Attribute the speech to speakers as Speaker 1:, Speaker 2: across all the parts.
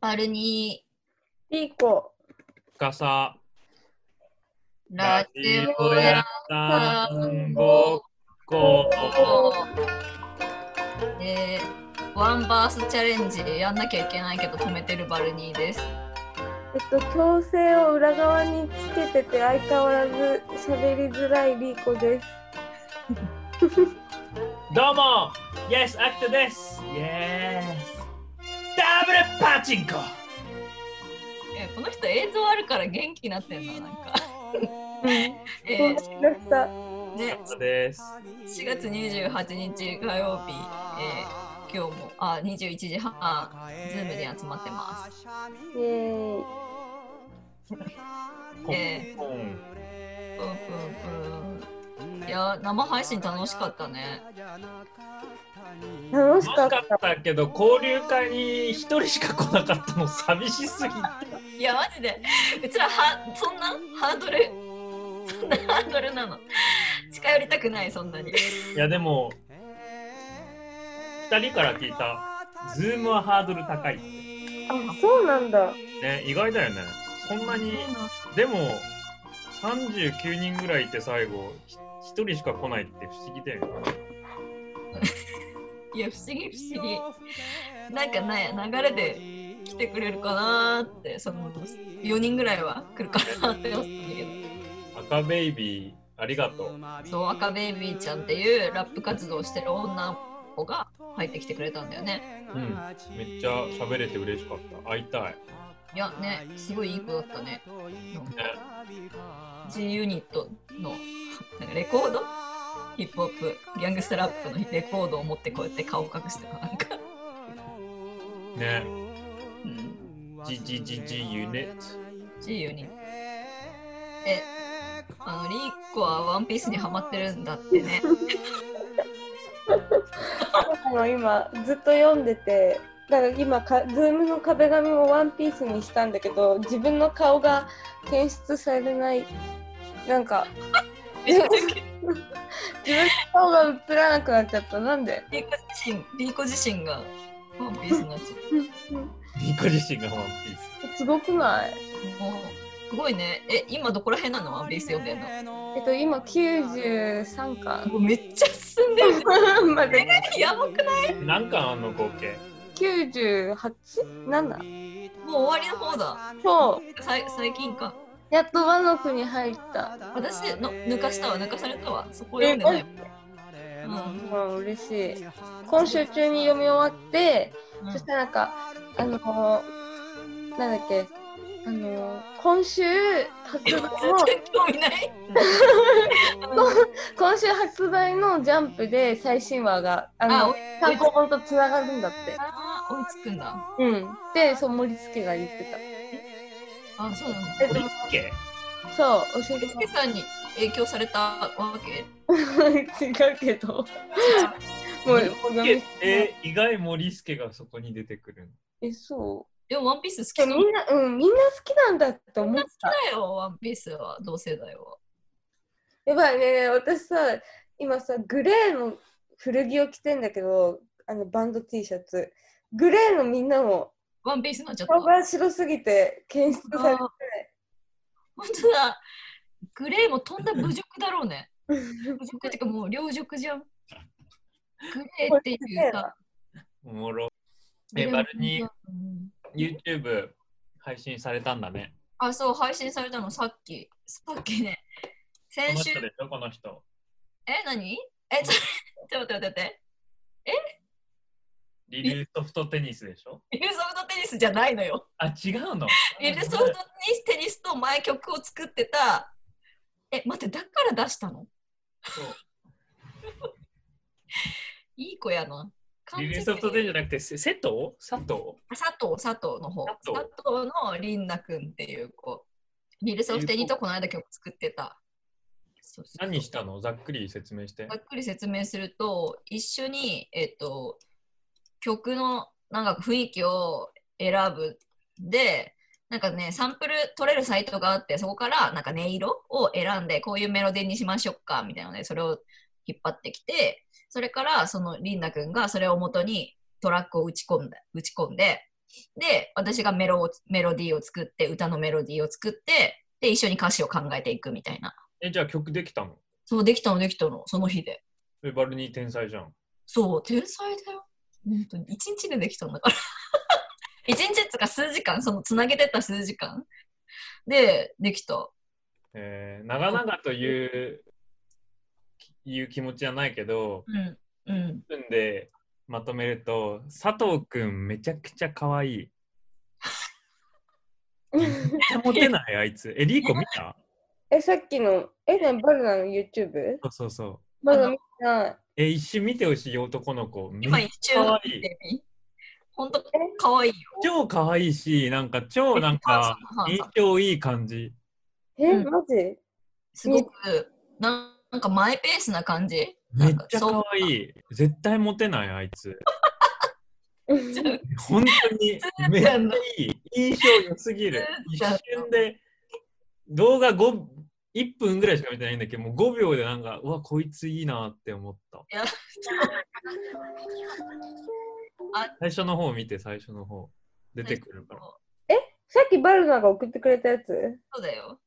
Speaker 1: バルニ
Speaker 2: リコ、
Speaker 3: 深さ
Speaker 1: ー、ラジオ
Speaker 3: や
Speaker 1: やさ
Speaker 3: さん
Speaker 1: ん
Speaker 3: ご
Speaker 1: ご
Speaker 3: っこ。
Speaker 1: えーワンバースチャレンジやんなきゃいけないけど止めてるバルニーです。
Speaker 2: えっと、強制を裏側につけてて相変わらず喋りづらいリコです。
Speaker 3: どうも、Yes アクトです。Yes。ダブルパチンコ。
Speaker 1: えーこの人映像あるから元気になってんのなんか。え
Speaker 2: そう
Speaker 1: ー
Speaker 2: なりました。
Speaker 1: ね、
Speaker 3: です。
Speaker 1: 4月28日火曜日、えー今日もあ21時半、ズームで集まってます。
Speaker 2: イエーイ。
Speaker 3: ポ
Speaker 1: え
Speaker 3: ンポン。
Speaker 1: うんうんうんいや、生配信楽しかったね。
Speaker 2: 楽しか
Speaker 3: 楽しか
Speaker 2: った。
Speaker 3: ったけど、交流会に一人しか来なかったの寂しすぎた。
Speaker 1: いや、マジで、うちらはそんなハードル、そんなハードルなの。近寄りたくない、そんなに。
Speaker 3: いや、でも、二人から聞いた、ズームはハードル高いって。
Speaker 2: あ、そうなんだ。
Speaker 3: ね、意外だよね。そんなに、でも、39人ぐらいいて最後、ひ一人しか来ないって不思議だよね。
Speaker 1: いや、不思議不思議。なんかね、流れで来てくれるかなーって、その4人ぐらいは来るかなって思ったんだけど。
Speaker 3: 赤ベイビー、ありがとう。
Speaker 1: そう赤ベイビーちゃんっていうラップ活動してる女の子が入ってきてくれたんだよね
Speaker 3: うん、めっちゃ喋れて嬉しかった。会いたい。
Speaker 1: いやねすごいいい子だったね
Speaker 3: ね
Speaker 1: G ユニットのなんかレコードヒップホップギャングスタラップのレコードを持ってこうやって顔隠してたなんか、
Speaker 3: ね、
Speaker 1: うん、
Speaker 3: ジジジジユニット。
Speaker 1: G ユニットえあのリーコはワンピースにハマってるんだってね
Speaker 2: あの今ずっと読んでてだから今かズームの壁紙もワンピースにしたんだけど自分の顔が検出されないなんか
Speaker 1: リー
Speaker 2: 自分の顔が映らなくなっちゃったなんで
Speaker 1: コ自身リーコ自身がワンピースになっちゃった
Speaker 3: リコ自身がワンピース。
Speaker 2: すごくない
Speaker 1: もうすごいねえ今どこら辺なのワンピース読んでんの
Speaker 2: えっと今93巻
Speaker 1: もうめっちゃ進んでるじ
Speaker 2: まで
Speaker 1: ゃんやばくない
Speaker 3: 何巻あんの合計
Speaker 1: もう終
Speaker 2: 98?7?
Speaker 1: わりの方だ
Speaker 2: そう
Speaker 1: さい最近か
Speaker 2: やっと和の国入った
Speaker 1: 私の抜かしたわ抜かされたわそこ読んでないわうん
Speaker 2: まあ嬉しい今週中に読み終わって
Speaker 1: うん
Speaker 2: そしたらなんかあのーなんだっけあのー今週発売の
Speaker 1: 興味ない
Speaker 2: 今週発売のジャンプで最新話があ
Speaker 1: あ
Speaker 2: の
Speaker 1: 追い
Speaker 2: 参考本とつながるんだって
Speaker 1: あ追いつくんだ
Speaker 2: うんでそう森助が言って
Speaker 1: あそうなの
Speaker 2: たえ
Speaker 3: 折
Speaker 2: で
Speaker 3: り
Speaker 2: も
Speaker 3: 付け
Speaker 2: そう教えて
Speaker 1: 森助さんに影響されたわけ
Speaker 2: もらう違うけど もうもう読み
Speaker 3: え、意外森助がそこに出てくるの。
Speaker 2: えそ
Speaker 1: でもワンピース好き
Speaker 2: う
Speaker 1: そう
Speaker 2: みんなうんみんな好きなんだって思った
Speaker 1: だよワンピースは同世代は
Speaker 2: やばいね私さ今さグレーの古着を着てんだけどあのバンド T シャツグレーのみんなも
Speaker 1: ワンピースになっちゃった
Speaker 2: 顔が白すぎて検出され
Speaker 1: あー本当だグレーもとんだ侮辱だろう ね侮辱っていうかもう両辱じゃんグレーっていうさ
Speaker 3: おもろ。え、バルニー、YouTube 配信されたんだね。
Speaker 1: あ、そう、配信されたの、さっき。さっきね。
Speaker 3: こ
Speaker 1: 先
Speaker 3: の
Speaker 1: 週
Speaker 3: 人、でしょ、この人。
Speaker 1: え、何え、ちょ、ちょっと待って待って待って。
Speaker 3: リルソフトテニスでしょ
Speaker 1: リルソフトテニスじゃないのよ。
Speaker 3: あ、違うの
Speaker 1: リルソフトテニステニスと前曲を作ってた。え、待って、だから出したの
Speaker 3: そう
Speaker 1: いい子やな。
Speaker 3: リルソフトテニスじゃなくて、せ瀬戸佐藤
Speaker 1: あ佐藤、佐藤の方。
Speaker 3: 佐
Speaker 1: 佐
Speaker 3: 藤
Speaker 1: 藤のりんなくんっていう子。リルソフトテニスとこの間曲作ってた。そうそう
Speaker 3: 何したのざっくり説明して
Speaker 1: ざ。っくり説明すると一緒に、えっと曲のなんか雰囲気を選ぶでなんかねサンプル取れるサイトがあってそこからなんか音色を選んでこういうメロディーにしましょうかみたいなのでそれを引っ張ってきてそれからそのリンダ君がそれを元にトラックを打ち込んで打ち込んでで、私がメロをメロディーを作って、歌のメロディーを作って、で、一緒に歌詞を考えていくみたいな。
Speaker 3: え、じゃあ曲できたの
Speaker 1: そう、できたのできたの、その日で。
Speaker 3: え、バルニー天才じゃん。
Speaker 1: そう、天才だよ。本当に。一日でできたんだから。 一日っつうか数時間、そのつなげてった数時間でできた。
Speaker 3: えー長々という、いう気持ちじゃないけど、
Speaker 1: うん。うん。
Speaker 3: 1分でまとめると、佐藤くんめちゃくちゃ可愛い。めっちゃモ テない、あいつ。え、リーコ見た
Speaker 2: え、さっきの、え、なバルナの YouTube?
Speaker 3: そうそうそう。
Speaker 2: まだ見てない。
Speaker 3: え、一瞬見てほしい男の子。めっ
Speaker 1: 今一
Speaker 3: ち
Speaker 1: 瞬
Speaker 3: ゃ可愛
Speaker 1: 見
Speaker 3: い。
Speaker 1: てみ。本当可愛いよ。
Speaker 3: 超可愛いし、なんか超なんか
Speaker 1: ハン
Speaker 3: 印
Speaker 1: サム
Speaker 3: 象いい感じ。
Speaker 2: え、
Speaker 1: うん
Speaker 2: マジ
Speaker 1: すごく、なんなんかマイペースな感じ。
Speaker 3: め
Speaker 1: な
Speaker 3: っ
Speaker 1: んか
Speaker 3: ちゃ
Speaker 1: そう
Speaker 3: 可愛い。絶対モテない、あいつ。
Speaker 1: ちょ
Speaker 3: 本 当に
Speaker 1: ー
Speaker 3: め
Speaker 1: ち
Speaker 3: っちゃ
Speaker 1: ゃ
Speaker 3: い
Speaker 1: んだ
Speaker 3: い。印象良すぎる。
Speaker 1: つー
Speaker 3: 一
Speaker 1: ちゃんの
Speaker 3: 瞬で動画5 1分ぐらいしか見てないんだけど、もう5秒でなんか、うわ、こいついいなって思った。
Speaker 1: いや
Speaker 3: 最初の方見て、最初の方。出てくるから。
Speaker 2: さっきバルナが送ってくれたやつ
Speaker 1: そうだよ。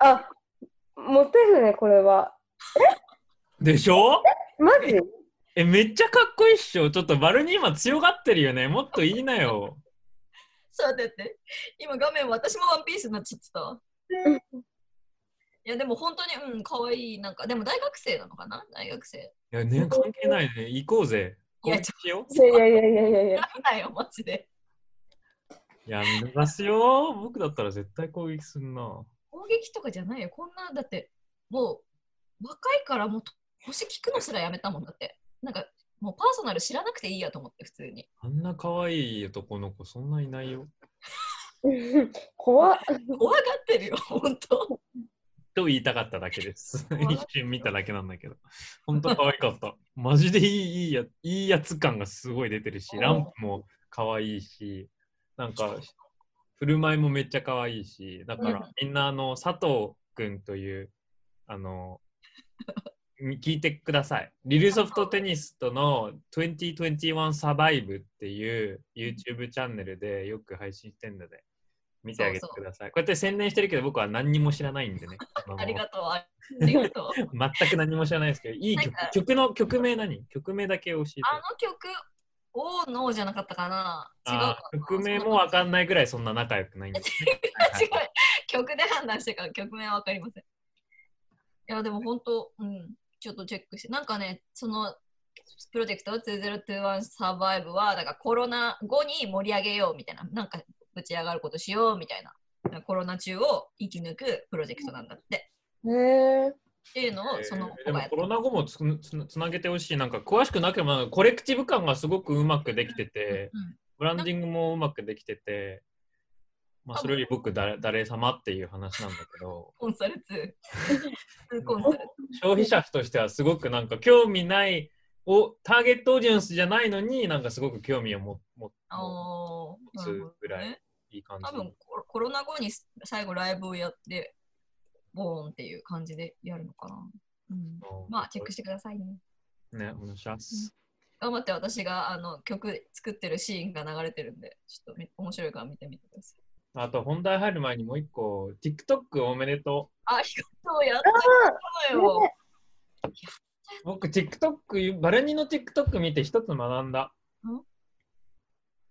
Speaker 2: あ、モテるね、これは。
Speaker 3: でしょ
Speaker 2: マジ
Speaker 3: え、めっちゃかっこいいっしょ。ちょっとバルニーマ強がってるよね。もっといいなよ。
Speaker 1: そうだって。今画面私もワンピースになっちゃってたわ。
Speaker 2: うん
Speaker 1: いやでも本当にうん可愛いなんかでも大学生なのかな大学生。
Speaker 3: いや、ね、関係ないね。行こうぜ。
Speaker 1: いや
Speaker 3: こうしよう
Speaker 2: いやいやいやいやいやいや
Speaker 1: や。めなよマジで。
Speaker 3: いや、見逃すよ。僕だったら絶対攻撃すんな。
Speaker 1: 攻撃とかじゃないよこんなだってもう若いからもう星聞くのすらやめたもんだってなんかもうパーソナル知らなくていいやと思って普通に
Speaker 3: あんな可愛い男の子、そんないないよ。
Speaker 2: 怖っ。
Speaker 1: 怖がってるよ本 当
Speaker 3: と言いたかっただけです。一瞬見ただけなんだけど。ほんと可愛かった。マジでいいいいやいいやつ感がすごい出てるし、ランプも可愛いし、なんか振る舞いもめっちゃ可愛いし、だか
Speaker 1: うん
Speaker 3: らみんなあの佐藤くんという、あの、み聞いてください。リルソフトテニスとの2021サバイブっていう YouTube チャンネルでよく配信してるので、見てあげて
Speaker 1: そうそう
Speaker 3: ください。こうやって宣伝してるけど、僕は何にも知らないんでね。今 も
Speaker 1: ありがとうありがとう
Speaker 3: 全く何も知らないですけど、いい曲
Speaker 1: なんか、
Speaker 3: 曲の曲名何曲名だけ教えて。
Speaker 1: あの曲「おーのー」じゃなかったかな違う
Speaker 3: あ
Speaker 1: か
Speaker 3: ー
Speaker 1: な
Speaker 3: 曲名もわかんないぐらいそんな仲良くないんです、ね。
Speaker 1: 違う曲で判断してから曲名は分かりません。いや、でも本当、うん、ちょっとチェックして、なんかね、そのプロジェクト2021サバイブは、だからコロナ後に盛り上げようみたいな、なんかぶち上がることしようみたいな、コロナ中を生き抜くプロジェクトなんだって。
Speaker 2: へえ。
Speaker 1: っていうのを
Speaker 3: えー
Speaker 1: その
Speaker 3: で
Speaker 1: 子
Speaker 3: も
Speaker 1: がやっ
Speaker 3: コ
Speaker 1: た。
Speaker 3: ロナ後もつつなつなげてほしい、なんか詳しくなければなんかコレクティブ感がすごくうまくできてて、
Speaker 1: うん
Speaker 3: ブランディングもうまくできてて、まあ、それより僕誰、誰様っていう話なんだけど、
Speaker 1: コンサル2。コンサル
Speaker 3: 消費者としてはすごくなんか興味ない、おターゲットオーディエンスじゃないのに、なんかすごく興味を持持
Speaker 1: 2。おーなるほどね
Speaker 3: つぐらいいい感じ
Speaker 1: 多。分コロコロナ後に最後ライブをやって、ボーンっていう感じでやるのかな。うん、
Speaker 3: うん
Speaker 1: まあ、チェックしてくださいね。
Speaker 3: ね、お願いします。
Speaker 1: 頑張って私があの曲作ってるシーンが流れてるんで、ちょっとみ面白いから見てみてください。
Speaker 3: あと本題入る前にもう一個、TikTok おめでと
Speaker 1: ありがとう、やったのよ。
Speaker 3: う。僕 TikTok、バルニーの TikTok 見て一つ学んだ
Speaker 1: ん。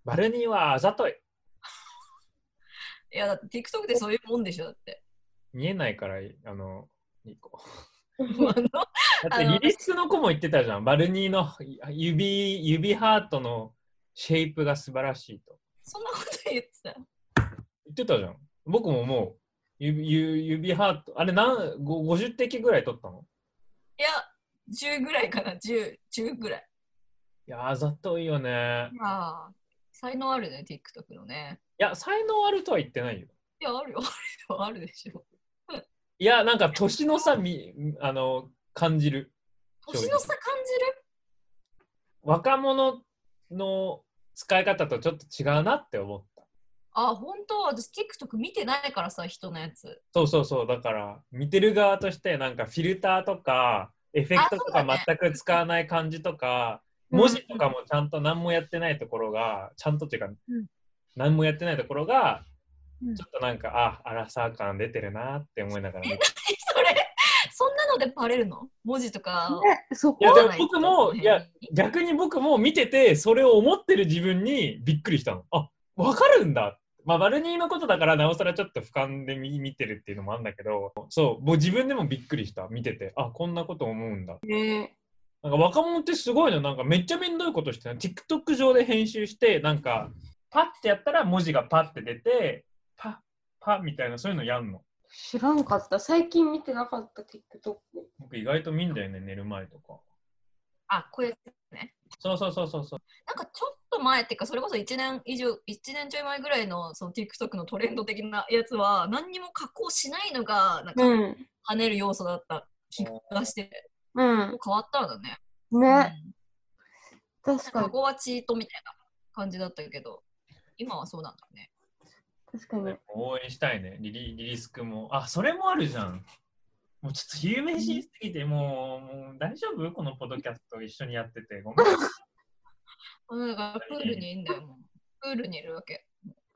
Speaker 3: バルニーはあざとい。
Speaker 1: いや、だって TikTok でそういうもんでしょ、だって。
Speaker 3: 見えないから、あの、いい子
Speaker 1: あの
Speaker 3: だっ
Speaker 1: あ
Speaker 3: て
Speaker 1: の
Speaker 3: リリスの子も言ってたじゃん。バルニーの指、指ハートのシェイプが素晴らしいと。
Speaker 1: そんなこと言ってた。
Speaker 3: 言ってたじゃん。僕ももう、指指指ハート、あれなんご50滴ぐらい取ったの
Speaker 1: いや、10ぐらいかな、10、10ぐらい。
Speaker 3: いや、あざといよね。
Speaker 1: いやー、才能あるね、TikTok のね。
Speaker 3: いや、才能あるとは言ってないよ。
Speaker 1: いや、あるよ、あるよ、あるでしょ。
Speaker 3: いや、なんか年の差み、あの、感じる。
Speaker 1: 年の差感じる
Speaker 3: 若者の使い方とちょっと違うなって思った。
Speaker 1: あ、本当私 TikTok 見てないからさ、人のやつ。
Speaker 3: そうそうそう、だから、見てる側として、なんかフィルターとか、エフェクトと
Speaker 1: あそうだ
Speaker 3: か
Speaker 1: ね
Speaker 3: 全く使わない感じとか、文字とかもちゃんと何もやってないところが、ちゃんとっていうか、
Speaker 2: ん
Speaker 3: 何もやってないところが、
Speaker 2: うん
Speaker 3: ちょっとなんか、あ、アラサー感出てるなって思いながら見て。
Speaker 1: それ、そんなのでバレるの文字とか。
Speaker 2: ね、そ
Speaker 3: い
Speaker 2: こ
Speaker 3: や、
Speaker 1: わか
Speaker 3: で
Speaker 1: ん
Speaker 3: も
Speaker 1: ない
Speaker 3: 僕も、
Speaker 1: うん
Speaker 3: いや、逆に僕も見てて、それを思ってる自分にびっくりしたの。あ、わかるんだ。まあ、バルニーのことだから、なおさらちょっと俯瞰で見見てるっていうのもあるんだけど、そう、もう自分でもびっくりした。見てて、あ、こんなこと思うんだ。
Speaker 2: ね。
Speaker 3: なんか若者ってすごいの、なんかめっちゃめんどいことしてる TikTok 上で編集して、なんか、パッてやったら文字がパッて出て、パッ、パッみたいな、そういうのやんの。
Speaker 2: 知らんかった。最近見てなかった、TikTok。
Speaker 3: 僕意外と見んだよね、寝る前とか。
Speaker 1: あ、これ、
Speaker 3: そうそうそうそうそう。
Speaker 1: なんかちょっと前っていうか、それこそ1年以上、1年ちょい前ぐらいのその TikTok のトレンド的なやつは、何にも加工しないのが、なんか
Speaker 2: うん。
Speaker 1: 跳ねる要素だった気がして、
Speaker 2: う
Speaker 1: もう変わったんだね。
Speaker 2: ん。ね、確
Speaker 1: 加
Speaker 2: かに。
Speaker 1: 工はチートみたいな感じだったけど、今はそうなんだね。
Speaker 2: 確かに。
Speaker 3: 応援したいね、リリリリスクも。あ、それもあるじゃん。もうちょっと有名人すぎて、もうもう大丈夫このポッドキャスト一緒にやってて。ごめん。
Speaker 1: あだからプールにいるんだよ、もう。プールにいるわけ。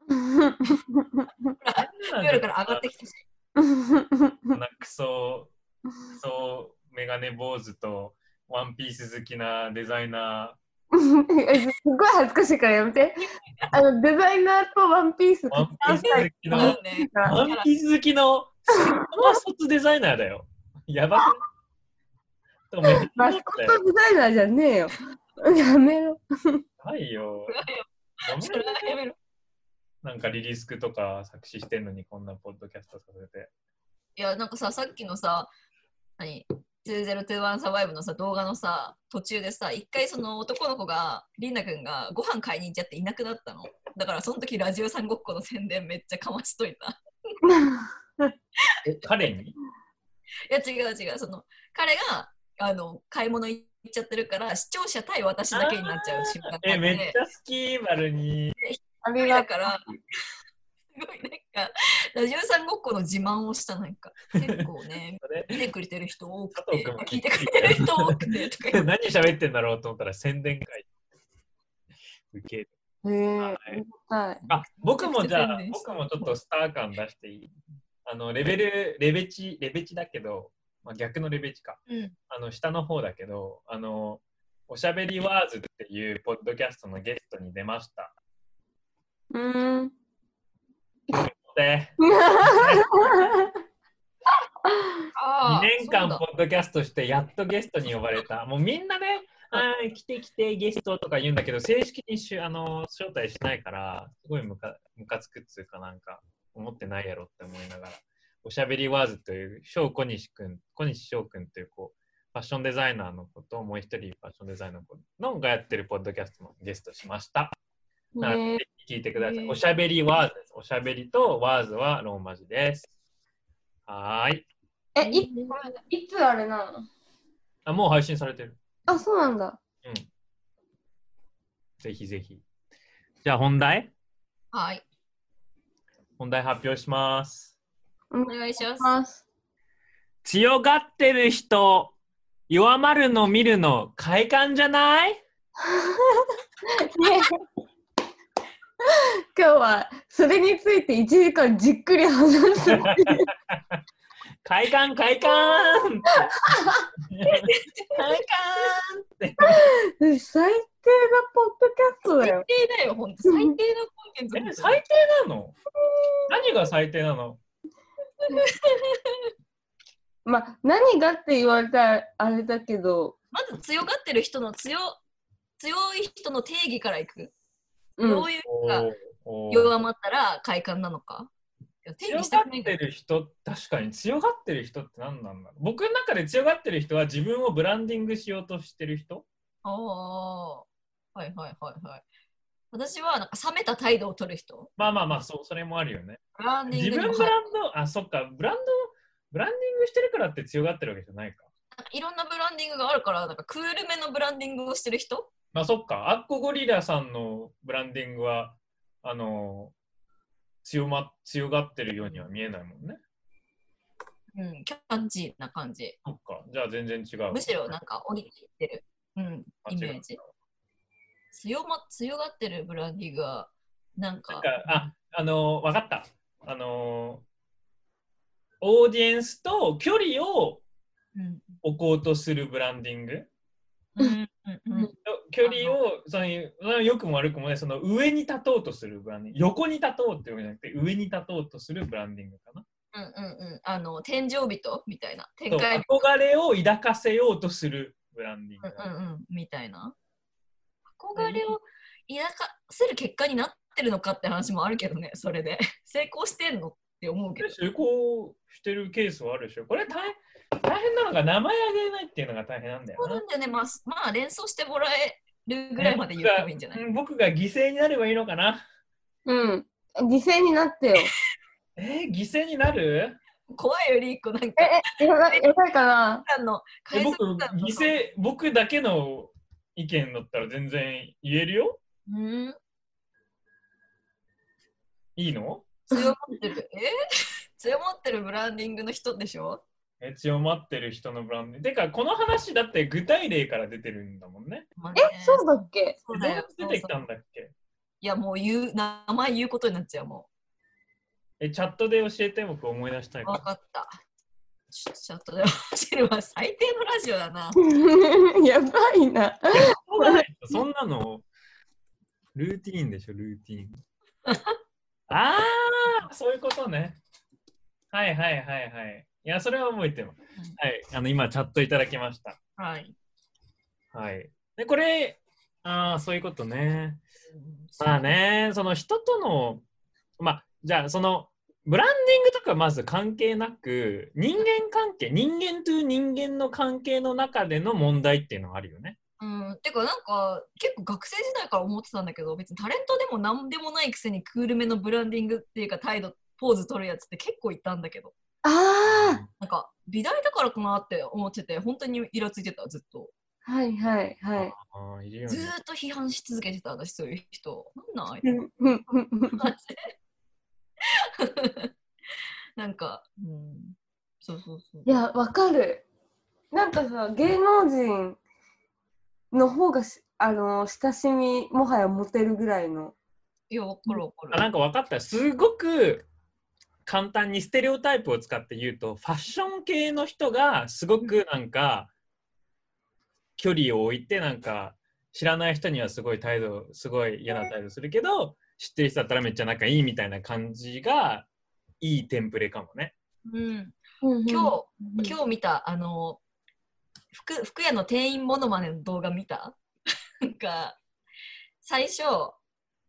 Speaker 1: プールから上がってきたし、
Speaker 3: こんなクソ、クソメガネ坊主とワンピース好きなデザイナ
Speaker 2: えすっごい恥ずかしいからやめて。あのデザイナーとワンピース
Speaker 3: ー、ワンピース好き
Speaker 1: だ
Speaker 3: の、
Speaker 1: よね。
Speaker 3: ワンピース好きの、高卒デザイナーだよ。やばくないでも
Speaker 2: マ
Speaker 3: め
Speaker 2: ス
Speaker 3: っちゃ
Speaker 2: コ
Speaker 3: だ
Speaker 2: ッ
Speaker 3: よ
Speaker 2: トデザイナーじゃねえよ。やめろ。
Speaker 3: やばい よ。
Speaker 1: それはやめろ。
Speaker 3: なんかリリースクとか作詞してんのにこんなポッドキャストさせて。
Speaker 1: いや、なんかさ、さっきのさ、何 ?2021 サバイブのさ、動画のさ、途中でさ、一回その男の子が、りんなくんがご飯買いに行っちゃっていなくなったの。だからその時ラジオさんごっこの宣伝めっちゃかましといた。
Speaker 3: え彼に
Speaker 1: いや、違う違う。その、彼が、あの、買い物行っちゃってるから、視聴者対私だけになっちゃう瞬間があって
Speaker 3: え、めっちゃ好き、バルニー。
Speaker 2: あ
Speaker 1: すご
Speaker 2: れ
Speaker 1: いだ
Speaker 2: が
Speaker 1: から、すごいなんか、ラジオさんごっこの自慢をした、なんか、結構ね
Speaker 3: そ、れ
Speaker 1: 見てくれてる人多く
Speaker 3: 佐藤
Speaker 1: て、
Speaker 3: 君も
Speaker 1: 聞いてくれてる人多くて、とか言って
Speaker 3: 何喋ってんだろうと思ったら宣伝会。受ける
Speaker 2: へえ。はい。
Speaker 3: あ、僕もじゃあ
Speaker 1: めちゃ、くちゃ宣
Speaker 3: 僕
Speaker 1: 伝した
Speaker 3: もちょっとスター感出していいあの、レベル、レベチ、レベチだけど、まあ、逆のレベチか。
Speaker 1: うん、
Speaker 3: あの、下の方だけど、あの、おしゃべりワーズっていうポッドキャストのゲストに出ました。
Speaker 2: うー ん。
Speaker 3: で、2
Speaker 1: あ
Speaker 3: 年
Speaker 1: そう
Speaker 3: 間
Speaker 1: だ
Speaker 3: ポッドキャストして、やっとゲストに呼ばれた。もうみんなね、あー来て来てゲストとか言うんだけど、正式にしゅあの招待しないから、すごいムカムカつくっつうかなんか、思ってないやろって思いながら、おしゃべりワーズという、小小西くん、小西翔くんという子、ファッションデザイナーの子と、もう一人ファッションデザイナーの子のがやってるポッドキャストのゲストしました。なの
Speaker 2: ね
Speaker 3: で、聞いてください。
Speaker 1: ね
Speaker 3: おしゃべりワーズです。おしゃべりとワーズはローマ字です。はーい。
Speaker 2: え、いいつあれなの
Speaker 3: あ、もう配信されてる。
Speaker 2: あ、そうなんだ。
Speaker 3: ぜひぜひ。じゃあ本題
Speaker 1: はい、
Speaker 3: 本題発表します。
Speaker 1: お願いします。
Speaker 2: ます。
Speaker 3: 強がってる人、弱まるの見るの快感じゃない
Speaker 2: ね今日はそれについて1時間じっく り話す。
Speaker 3: 快感快感快
Speaker 2: 最低なポッドキャストだよ。
Speaker 1: 最低だよ、ほんと、最低のコンテンツ。
Speaker 3: 感え、最低なの何が最低なの
Speaker 2: まあ、何がって言われたらあれだけど、
Speaker 1: まず強がってる人の強強い人の定義からいく。
Speaker 2: うん、
Speaker 1: どういう人が
Speaker 3: おー
Speaker 1: 弱まったら快感なのか。いや定
Speaker 3: 強
Speaker 1: 義し
Speaker 3: が
Speaker 1: た
Speaker 3: っ
Speaker 1: くないんだ
Speaker 3: てる人、確かに強がってる人って何なんだろう僕の中で強がってる人は自分をブランディングしようとしてる人
Speaker 1: ああ、はいはいはいはい。私はなんか冷めた態度を取る人。
Speaker 3: まあまあまあ、そうそれもあるよね。
Speaker 1: ブランディ
Speaker 3: 自
Speaker 1: ングに
Speaker 3: 分
Speaker 1: も
Speaker 3: ブ
Speaker 1: 入る
Speaker 3: ランド、あ、そっか、ブランド、ブランディングしてるからって強がってるわけじゃないか。
Speaker 1: なんかいろんなブランディングがあるから、なんかクールめのブランディングをしてる人
Speaker 3: まあそっか、アッコゴリラさんのブランディングは、あの、強ま、強がってるようには見えないもんね。
Speaker 1: うん、キャッチーな感じ。
Speaker 3: そっか、じゃあ全然違う。
Speaker 1: むしろなんか折り切ってる、うん、
Speaker 3: あ
Speaker 1: イメージ。強ま強がってるブランディがなんか
Speaker 3: なんか、あ、あのー、わかった。あのー、オーディエンスと距離を
Speaker 1: うん
Speaker 3: 置こうとするブランディング
Speaker 1: うんうんうん
Speaker 3: 距離をそのその良くも悪くもねその上に立とうとするブランディング横に立とうっていうわけじゃなくて上に立とうとするブランディングかな
Speaker 1: うんうんうんあの天井人みたいな
Speaker 3: そ
Speaker 1: 天
Speaker 3: う
Speaker 1: 界
Speaker 3: 憧れを抱かせようとするブランディン
Speaker 1: う
Speaker 3: グ、
Speaker 1: んうんうんみたいな憧れを抱かせる結果になってるのかって話もあるけどねそれで 成功してんのって思うけど
Speaker 3: 成功してるケースはあるでしょこれ大大変なのが名前あげないっていうのが大変なんだ
Speaker 1: そうな
Speaker 3: よなん
Speaker 1: だよねまあすまあ連想してもらえるぐらいまで言ってもいいんじゃない、
Speaker 3: うん僕が犠牲になればいいのかな
Speaker 2: うん。犠牲になってよ。
Speaker 3: えー、犠牲になる
Speaker 1: 怖いより一個なんか
Speaker 2: え、え、やばいやばいかな
Speaker 1: あの
Speaker 3: え
Speaker 1: 海
Speaker 3: 僕
Speaker 1: 賊
Speaker 3: 犠
Speaker 1: 団の
Speaker 3: 牲僕だけの意見だったら全然言えるよ
Speaker 1: うん
Speaker 3: いいの
Speaker 1: 強まってる え強まってるブランディングの人でしょ
Speaker 3: え強まってる人のブランド。てか、この話だって具体例から出てるんだもんね。
Speaker 1: まあね
Speaker 2: え、そうだっけ
Speaker 1: そう
Speaker 3: ど
Speaker 1: だ
Speaker 3: うや
Speaker 1: よ
Speaker 3: って出てきたんだっけ
Speaker 1: いやもう言う名前言うことになっちゃうも
Speaker 3: え、チャットで教えて、僕思い出したいうか
Speaker 1: 分かったちょちょっとでも 走るわ最低のラジオだな
Speaker 2: やばいな。
Speaker 3: ら。そんなの、ルーティーンでしょ、ルーティー ン。ああ、そういうことね。はいはいはいはい。いや、それは覚えてます。はい、あの今、チャットいただきました。
Speaker 1: はい、
Speaker 3: はい。で、これ、ああ、そういうことね。
Speaker 1: うん
Speaker 3: まあね、その人との、まあ、じゃあその、ブランディングとかまず関係なく、人間関係、人間と人間の関係の中での問題っていうのはあるよね。
Speaker 1: うん、てかなんか結構学生時代から思ってたんだけど別にタレントでも何でもないくせにクールめのブランディングっていうか態度ポーズ取るやつって結構いたんだけど
Speaker 2: あ
Speaker 1: なんか美大だからかなって思ってて本当にイラついてたずっと
Speaker 2: あ。はいはいはい。
Speaker 3: ああ、いるよ
Speaker 1: ず
Speaker 3: ね
Speaker 1: ー。っと批判し続けてた私そういう人なんなんあいつ
Speaker 2: うんうんうんうん
Speaker 1: マジなんか、うん、そうそうそう
Speaker 2: いや、わかる。なんかさ、芸能人の方がし、あの、親しみ、もはや持てるぐらいの。
Speaker 1: いやわかるわか
Speaker 3: あな
Speaker 1: る
Speaker 3: んか分かった。すごく簡単にステレオタイプを使って言うと、ファッション系の人がすごくなんか、距離を置いて、なんか、知らない人にはすごい態度、すごい嫌な態度するけど、知ってる人だったらめっちゃ仲いいみたいな感じが、いいテンプレかもね。
Speaker 1: うん、今
Speaker 2: 今
Speaker 1: 日、
Speaker 2: 日、
Speaker 1: 今日見たあの服服屋の店員モノマネの動画見た なんか最初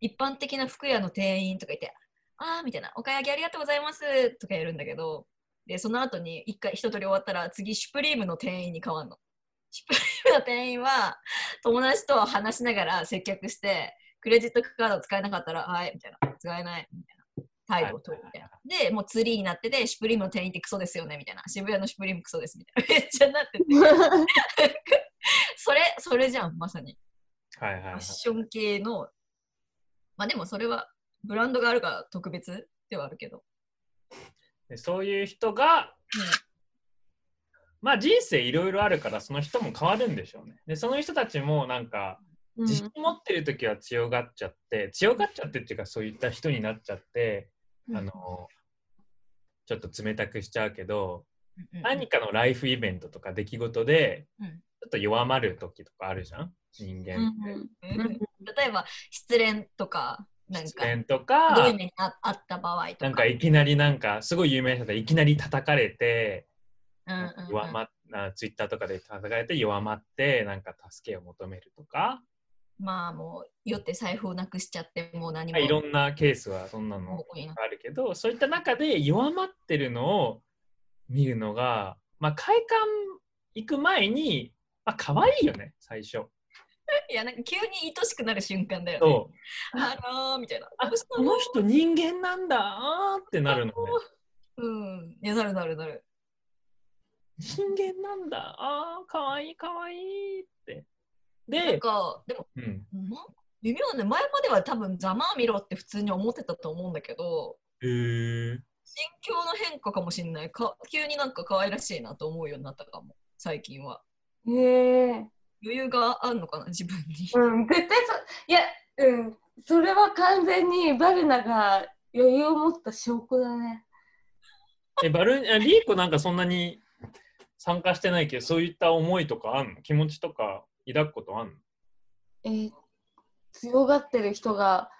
Speaker 1: 一般的な服屋の店員とか言って「ああ」みたいな「お買い上げありがとうございます」とかやるんだけどでその後に一回一通り終わったら次シュプリームの店員に変わんの。シュプリームの店員は友達と話しながら接客してクレジットカード使えなかったら「はい」みたいな「使えない」みたいな態度を取るみたいな。で、もうツリーになってて、シュプリームの店員ってクソですよねみたいな。渋谷のシュプリームクソですみたいな。 めっちゃなってて。それ、それじゃん、まさに。
Speaker 3: はいはい、
Speaker 1: ファ
Speaker 3: は
Speaker 1: ッ
Speaker 3: い。
Speaker 1: ション系の。まあでもそれは、ブランドがあるから特別ではあるけど。
Speaker 3: でそういう人が、まあ人生いろいろあるから、その人も変わるんでしょうね。で、その人たちもなんか、
Speaker 2: うん
Speaker 3: 自信持ってる時は強がっちゃって強がっちゃってっていうかそういった人になっちゃって、あのちょっと冷たくしちゃうけど、
Speaker 1: うん、
Speaker 3: 何かのライフイベントとか出来事で、
Speaker 1: うん
Speaker 3: ちょっと弱まる時とかあるじゃん人
Speaker 2: う
Speaker 3: 間って。
Speaker 2: ん
Speaker 1: うんうん例えば、失恋とか、なん
Speaker 3: 失
Speaker 1: か、ひ
Speaker 3: 恋と
Speaker 1: どい
Speaker 3: か
Speaker 1: 目にああった場合とか。
Speaker 3: なんかいきなりなんかすごい有名な人でいきなり叩かれて、
Speaker 1: うんうんうん
Speaker 3: 弱まっなツイッターとかで叩かれて弱まってなんか助けを求めるとか、
Speaker 1: まあもう、酔って財布をなくしちゃって、もう何も。
Speaker 3: いろんなケースはそんなの
Speaker 1: 方向にな
Speaker 3: あるけどそういった中で弱まってるのを見るのが、まあ、快感行く前に、まあ可愛いよね最初
Speaker 1: いや、なんか急に愛しくなる瞬間だよね。
Speaker 3: と
Speaker 1: あらーみたいな。
Speaker 3: あこの人人間なんだあーってなるのね
Speaker 1: うん。いや、なるなるなる。
Speaker 3: 人間なんだあー可愛い可愛いって
Speaker 1: なん
Speaker 3: で、
Speaker 1: か、でも、
Speaker 3: うん、
Speaker 1: ま、微妙ね、前までは多分、ざまあみろって普通に思ってたと思うんだけど、
Speaker 3: へー
Speaker 1: 心境の変化かもしんない。か急になんか可愛らしいなと思うようになったかも、最近は。
Speaker 2: へえ。
Speaker 1: い余裕があるのかな、自分に。
Speaker 2: うん、絶対そ、いや、うん、それは完全にバルナが余裕を持った証拠だね。
Speaker 3: え、バルーン、あリーコなんかそんなに参加してないけど、そういった思いとかあんの気持ちとか抱くことあんの
Speaker 2: えー強がってる人が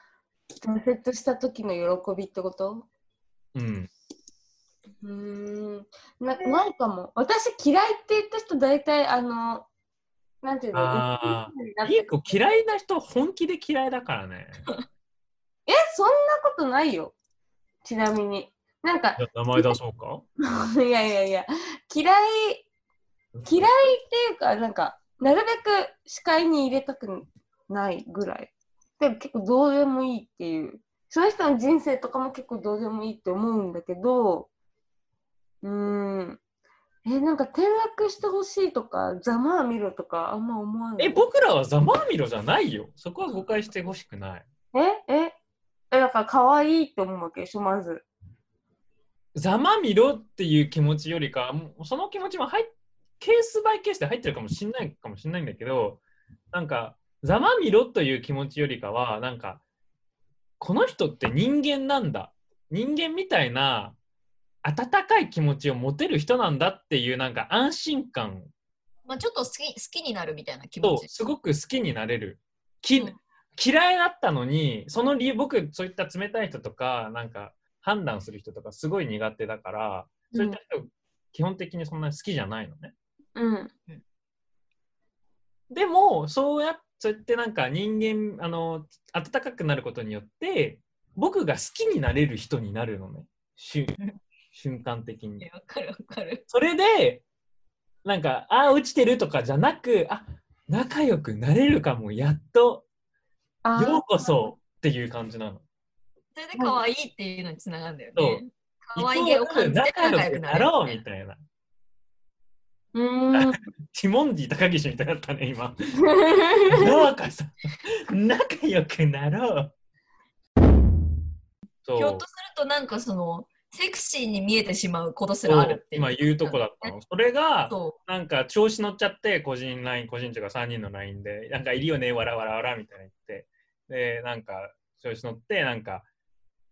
Speaker 2: 挫折した時の喜びってこと
Speaker 3: うん。
Speaker 2: うーんなないかも。私嫌いって言った人大体あの、なんていうの
Speaker 3: あ
Speaker 2: 鬱になって
Speaker 3: リーコ嫌いな人本気で嫌いだからね。
Speaker 2: え、そんなことないよ。ちなみに。なんか
Speaker 3: じ、ゃあ名前出そうか
Speaker 2: いやいやいや、嫌い、嫌いっていうか、なんか、なるべく視界に入れたくないぐらい。でも結構どうでもいいっていう。その人の人生とかも結構どうでもいいって思うんだけど、うーん。え、なんか転落してほしいとか、ざまあみろとか、あんま思わない。
Speaker 3: え、僕らはざまあみろじゃないよ。そこは誤解してほしくない。
Speaker 2: えええ、だから可愛いって思うわけでしょ、まず。
Speaker 3: ざまあみろっていう気持ちよりか、もうその気持ちも入っケースバイケースで入ってるかもしんないかもしんないんだけど、なんか、ざまあみろという気持ちよりかは、なんか、この人って人間なんだ。人間みたいな温かい気持ちを持てる人なんだっていうなんか安心感
Speaker 1: まあ、ちょっと好き好きになるみたいな気持
Speaker 3: と
Speaker 1: ち。
Speaker 3: すごく好きになれる。き
Speaker 1: うん
Speaker 3: 嫌いだったのにその理由僕そういった冷たい人とかなんか判断する人とかすごい苦手だからそういった人、基本的にそんなに好きじゃないのね。
Speaker 2: うん。
Speaker 3: でもそうやそうやってなんか人間あの温かくなることによって僕が好きになれる人になるのね瞬瞬間的に
Speaker 1: い。やわかるわかる。
Speaker 3: それで、なんか、あー落ちてるとかじゃなく、あ仲良くなれるかも、やっと、
Speaker 2: あー
Speaker 3: ようこそっていう感じなの。
Speaker 1: それで可愛いっていうのにつながるんだよ
Speaker 3: そう
Speaker 1: ね。可愛げを感じて
Speaker 3: イコール仲良くなろうみ
Speaker 1: い
Speaker 3: たいな。
Speaker 2: う ーん。
Speaker 3: ティモンディ高岸みたいだった ね、今。ようこそ、仲良くなろう。
Speaker 1: な。ひょ
Speaker 3: そ
Speaker 1: っ
Speaker 3: う
Speaker 1: とするとなんかそのセクシーに見えてしまうことす
Speaker 3: そ
Speaker 1: らある
Speaker 3: う
Speaker 1: っていう。
Speaker 3: 今言うとこだったの。それが、
Speaker 1: そ
Speaker 3: なんか調子乗っちゃって、個人ライン、個人というか3人のラインで、なんかいるよね、わらわらわらみたいな言って、で、なんか調子乗って、なんか、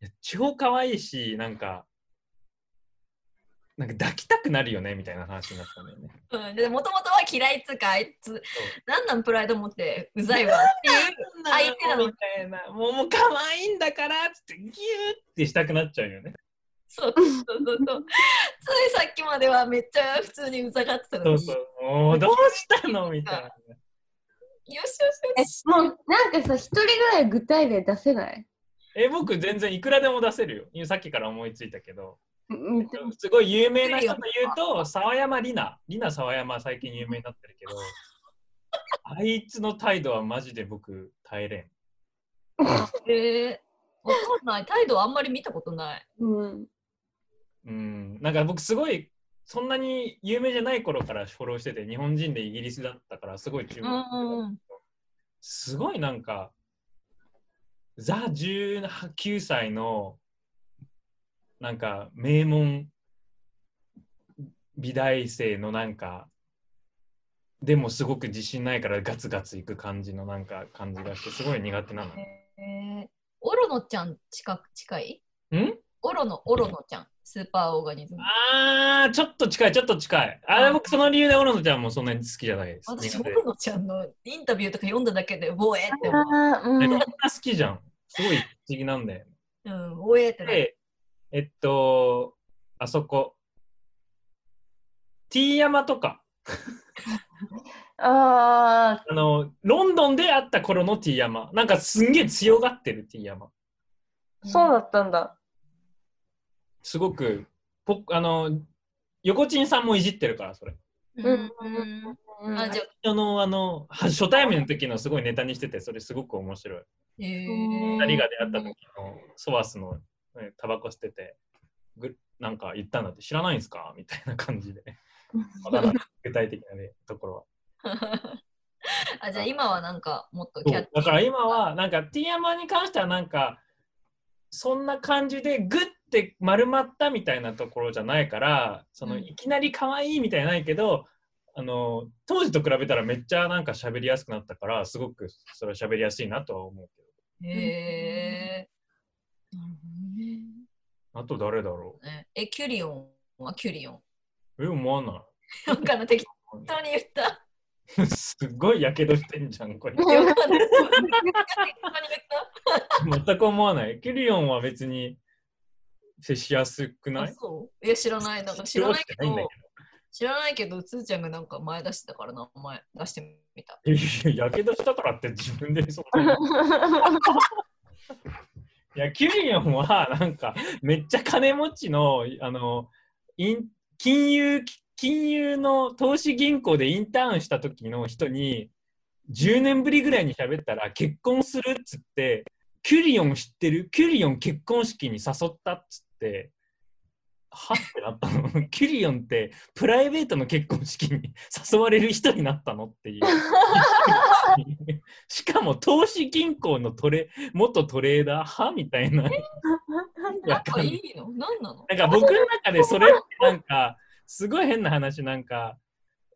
Speaker 3: いや超可愛いし、なんか、なんか抱きたくなるよねみたいな話になったんだよね。
Speaker 1: う。うん、でもともとは嫌いっつうかあいつなんなんプライド持ってうざい わっていう。相手なの
Speaker 3: みたいな、もうもう可愛いんだからっつって、ギューってしたくなっちゃうよね。
Speaker 1: そうそうそうそう。ついさっきまではめっちゃ普通にうざがってたの
Speaker 3: そう
Speaker 1: に。
Speaker 3: そう、もうどうしたのみたいな。
Speaker 1: よしよし
Speaker 2: え
Speaker 1: よし。
Speaker 2: もうなんかさ一人ぐらい具体例出せない
Speaker 3: え、僕全然いくらでも出せるよ。今さっきから思いついたけど。
Speaker 2: うんうん
Speaker 3: すごい有名な人と言うと、沢山里奈。里奈沢山最近有名になってる けど、あいつの態度はマジで僕耐えれん。
Speaker 1: えー、わかんない。態度あんまり見たことない。
Speaker 2: うん
Speaker 3: うん。なんか僕すごい、そんなに有名じゃない頃からフォローしてて、日本人でイギリスだったからすごい注
Speaker 1: う
Speaker 3: 目してた
Speaker 1: ん。
Speaker 3: すごいなんか、ザ19歳のなんか名門美大生のなんかでもすごく自信ないからガツガツいく感じのなんか感じがしてすごい苦 手なの。
Speaker 1: えー、オロノちゃん近く近い
Speaker 3: ん
Speaker 1: オロノ、オロノちゃん。スーパーオーガニズム。
Speaker 3: あーちょっと近いちょっと近い。あー僕その理由でオロノちゃんもそんなに好きじゃないです。
Speaker 1: 私、
Speaker 3: 苦
Speaker 1: オ
Speaker 3: 手
Speaker 1: ロノちゃんのインタビューとか読んだだけで、ボエって思う。
Speaker 2: あー
Speaker 3: え
Speaker 2: う
Speaker 3: みん
Speaker 2: ん
Speaker 3: な好きじゃん。すごい不思議なんだよね。
Speaker 1: うん、ボエってなる。
Speaker 3: で、えっと、あそこ、T 山とか、
Speaker 2: あ
Speaker 3: あの、ロンドンで会った頃の T 山、なんかすんげえ強がってる T 山、
Speaker 2: ーそうだったんだ
Speaker 3: すごく、ぽあの、横陳さんもいじってるから、それ。
Speaker 1: うん。うん
Speaker 2: うん
Speaker 1: あ、じゃあ、
Speaker 3: あの、あの、は初対面の時のすごいネタにしてて、それすごく面白い。
Speaker 1: えー
Speaker 2: うん
Speaker 3: 二人が出会った時のソワスのねタバコ捨てて、ぐなんか言ったんだって、知らないんすかみたいな感じで。 まだまだ具体的な、ね、ところは。
Speaker 1: あ、じゃあ今はなんかもっとキ
Speaker 3: そ
Speaker 1: ャッチ
Speaker 3: うだから今はなんかティアマに関してはなんかそんな感じでグッて丸まったみたいなところじゃないからその
Speaker 1: うん
Speaker 3: いきなり可愛いみたいなのないけど、あの当時と比べたらめっちゃなんか喋りやすくなったからすごくそれは喋りやすいなとは思うけ
Speaker 1: へえ。なるほどね
Speaker 3: どあと誰だろ
Speaker 1: ね。え、キュリオンはキュリオン。
Speaker 3: うえ思わない
Speaker 1: なんかの適当に言 った。
Speaker 3: すっごい やけどしてんじゃんこれ
Speaker 1: よかった。適当に言った
Speaker 3: 全く思わないキュリオンは別に接しやすくな
Speaker 1: あ
Speaker 3: い
Speaker 1: そういや知らないなんか知らないけ
Speaker 3: 知らな
Speaker 1: ど
Speaker 3: いんだ
Speaker 1: 知らないけどつーちゃんがなんか前出してたから名前出してみた
Speaker 3: けどいややけどしたからって自分でそんないやキュリオンはなんかめっちゃ金持ちのあのイン金融金融の投資銀行でインターンした時の人に10年ぶりぐらいに喋ったら結婚するっつってキュリオン知ってるキュリオン結婚式に誘ったっつってはってなったの キュリオンってプライベートの結婚式に誘われる人になったのっていうしかも投資銀行のトレ元トレーダーはみたいな
Speaker 1: なんかいいの何なの
Speaker 3: なんか僕の中でそれってなんかすごい変な話なんか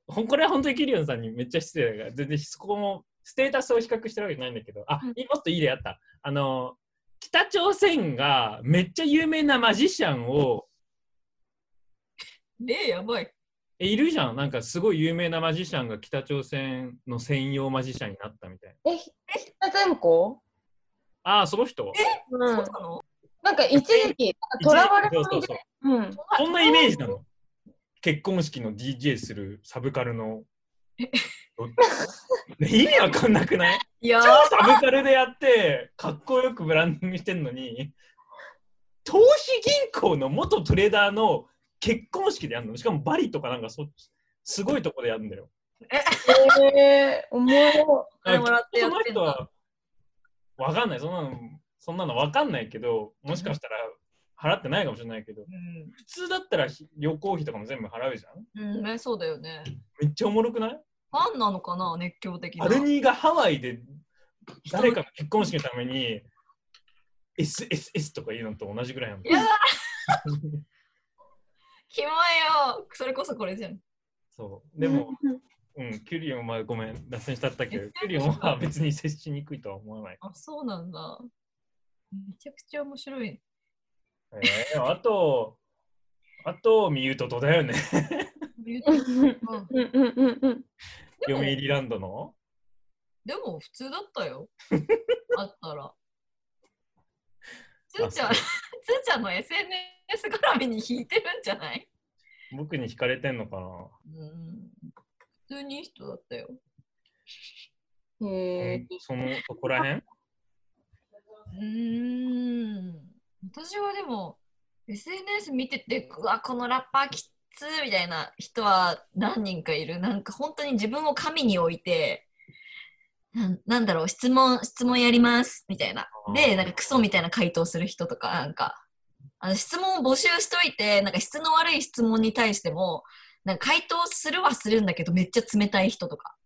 Speaker 3: ほんこれは本当にキリオンさんにめっちゃ失礼だから全然そこもステータスを比較してるわけじゃないんだけどあ、
Speaker 2: うん
Speaker 3: いいもっといい例あったあの北朝鮮がめっちゃ有名なマジシャンを
Speaker 1: えやばい
Speaker 3: えいるじゃんなんかすごい有名なマジシャンが北朝鮮の専用マジシャンになったみたいな
Speaker 2: え、ひ北天候
Speaker 3: ああその人
Speaker 2: う
Speaker 1: そ
Speaker 2: ん
Speaker 1: う。なの
Speaker 2: なんか一時期、トラバレ
Speaker 3: そう
Speaker 2: コ
Speaker 3: そう
Speaker 2: み
Speaker 3: そ
Speaker 2: た
Speaker 3: う
Speaker 2: いな。うん。
Speaker 3: そんなイメージなの結婚式の DJ するサブカルのね 意味わかんなくない
Speaker 1: いやー
Speaker 3: 超サブカルでやってかっこよくブランディングしてんのに投資銀行の元トレーダーの結婚式でやるのしかもバリとかなんかそすごいとこでやるんだよ
Speaker 2: えー、おもろ。
Speaker 1: お金もらってやってんだ
Speaker 3: その人はわかんないそんなのそんなのわかんないけどもしかしたら払ってないかもしれないけど普通だったらひ旅行費とかも全部払うじゃん
Speaker 1: うん、うんね、そうだよね
Speaker 3: めっちゃおもろくない
Speaker 1: ファンなのかな熱狂的な
Speaker 3: アルニーがハワイで誰かの結婚式のために SSS とか言うのと同じぐらいなんだ
Speaker 1: いやーキモいよそれこそこれじゃん
Speaker 3: そう。でも、うん、キュリオンはごめん、脱線しちゃったけど、キュリオンは別に接しにくいとは思わ ない。
Speaker 1: あそうなんだめちゃくちゃ面白い
Speaker 3: えー、あと、あと、ミュートとだよね。
Speaker 1: で
Speaker 2: うんうんうんうんうん。
Speaker 3: 読
Speaker 1: も
Speaker 3: 売ランドの。
Speaker 1: でも普通だったよあったらつーちゃん
Speaker 3: あ
Speaker 1: つ
Speaker 3: そ
Speaker 1: ーちゃんの SNS 絡みに引いてるんじゃない
Speaker 3: 僕に惹かれてんのかな
Speaker 1: うん普通にいい人だったよ。
Speaker 2: へ
Speaker 3: う
Speaker 2: え
Speaker 3: ん。その、そこらへん
Speaker 1: うーん。私はでも、SNS 見てて、うわ、このラッパーきっつーみたいな人は何人かいる。なんか本当に自分を神に置いて、なんなんだろう、質問、質問やりますみたいな。で、なんかクソみたいな回答する人とか、なんか、あの質問を募集しといて、なんか質の悪い質問に対しても、なんか回答するはするんだけど、めっちゃ冷たい人とか。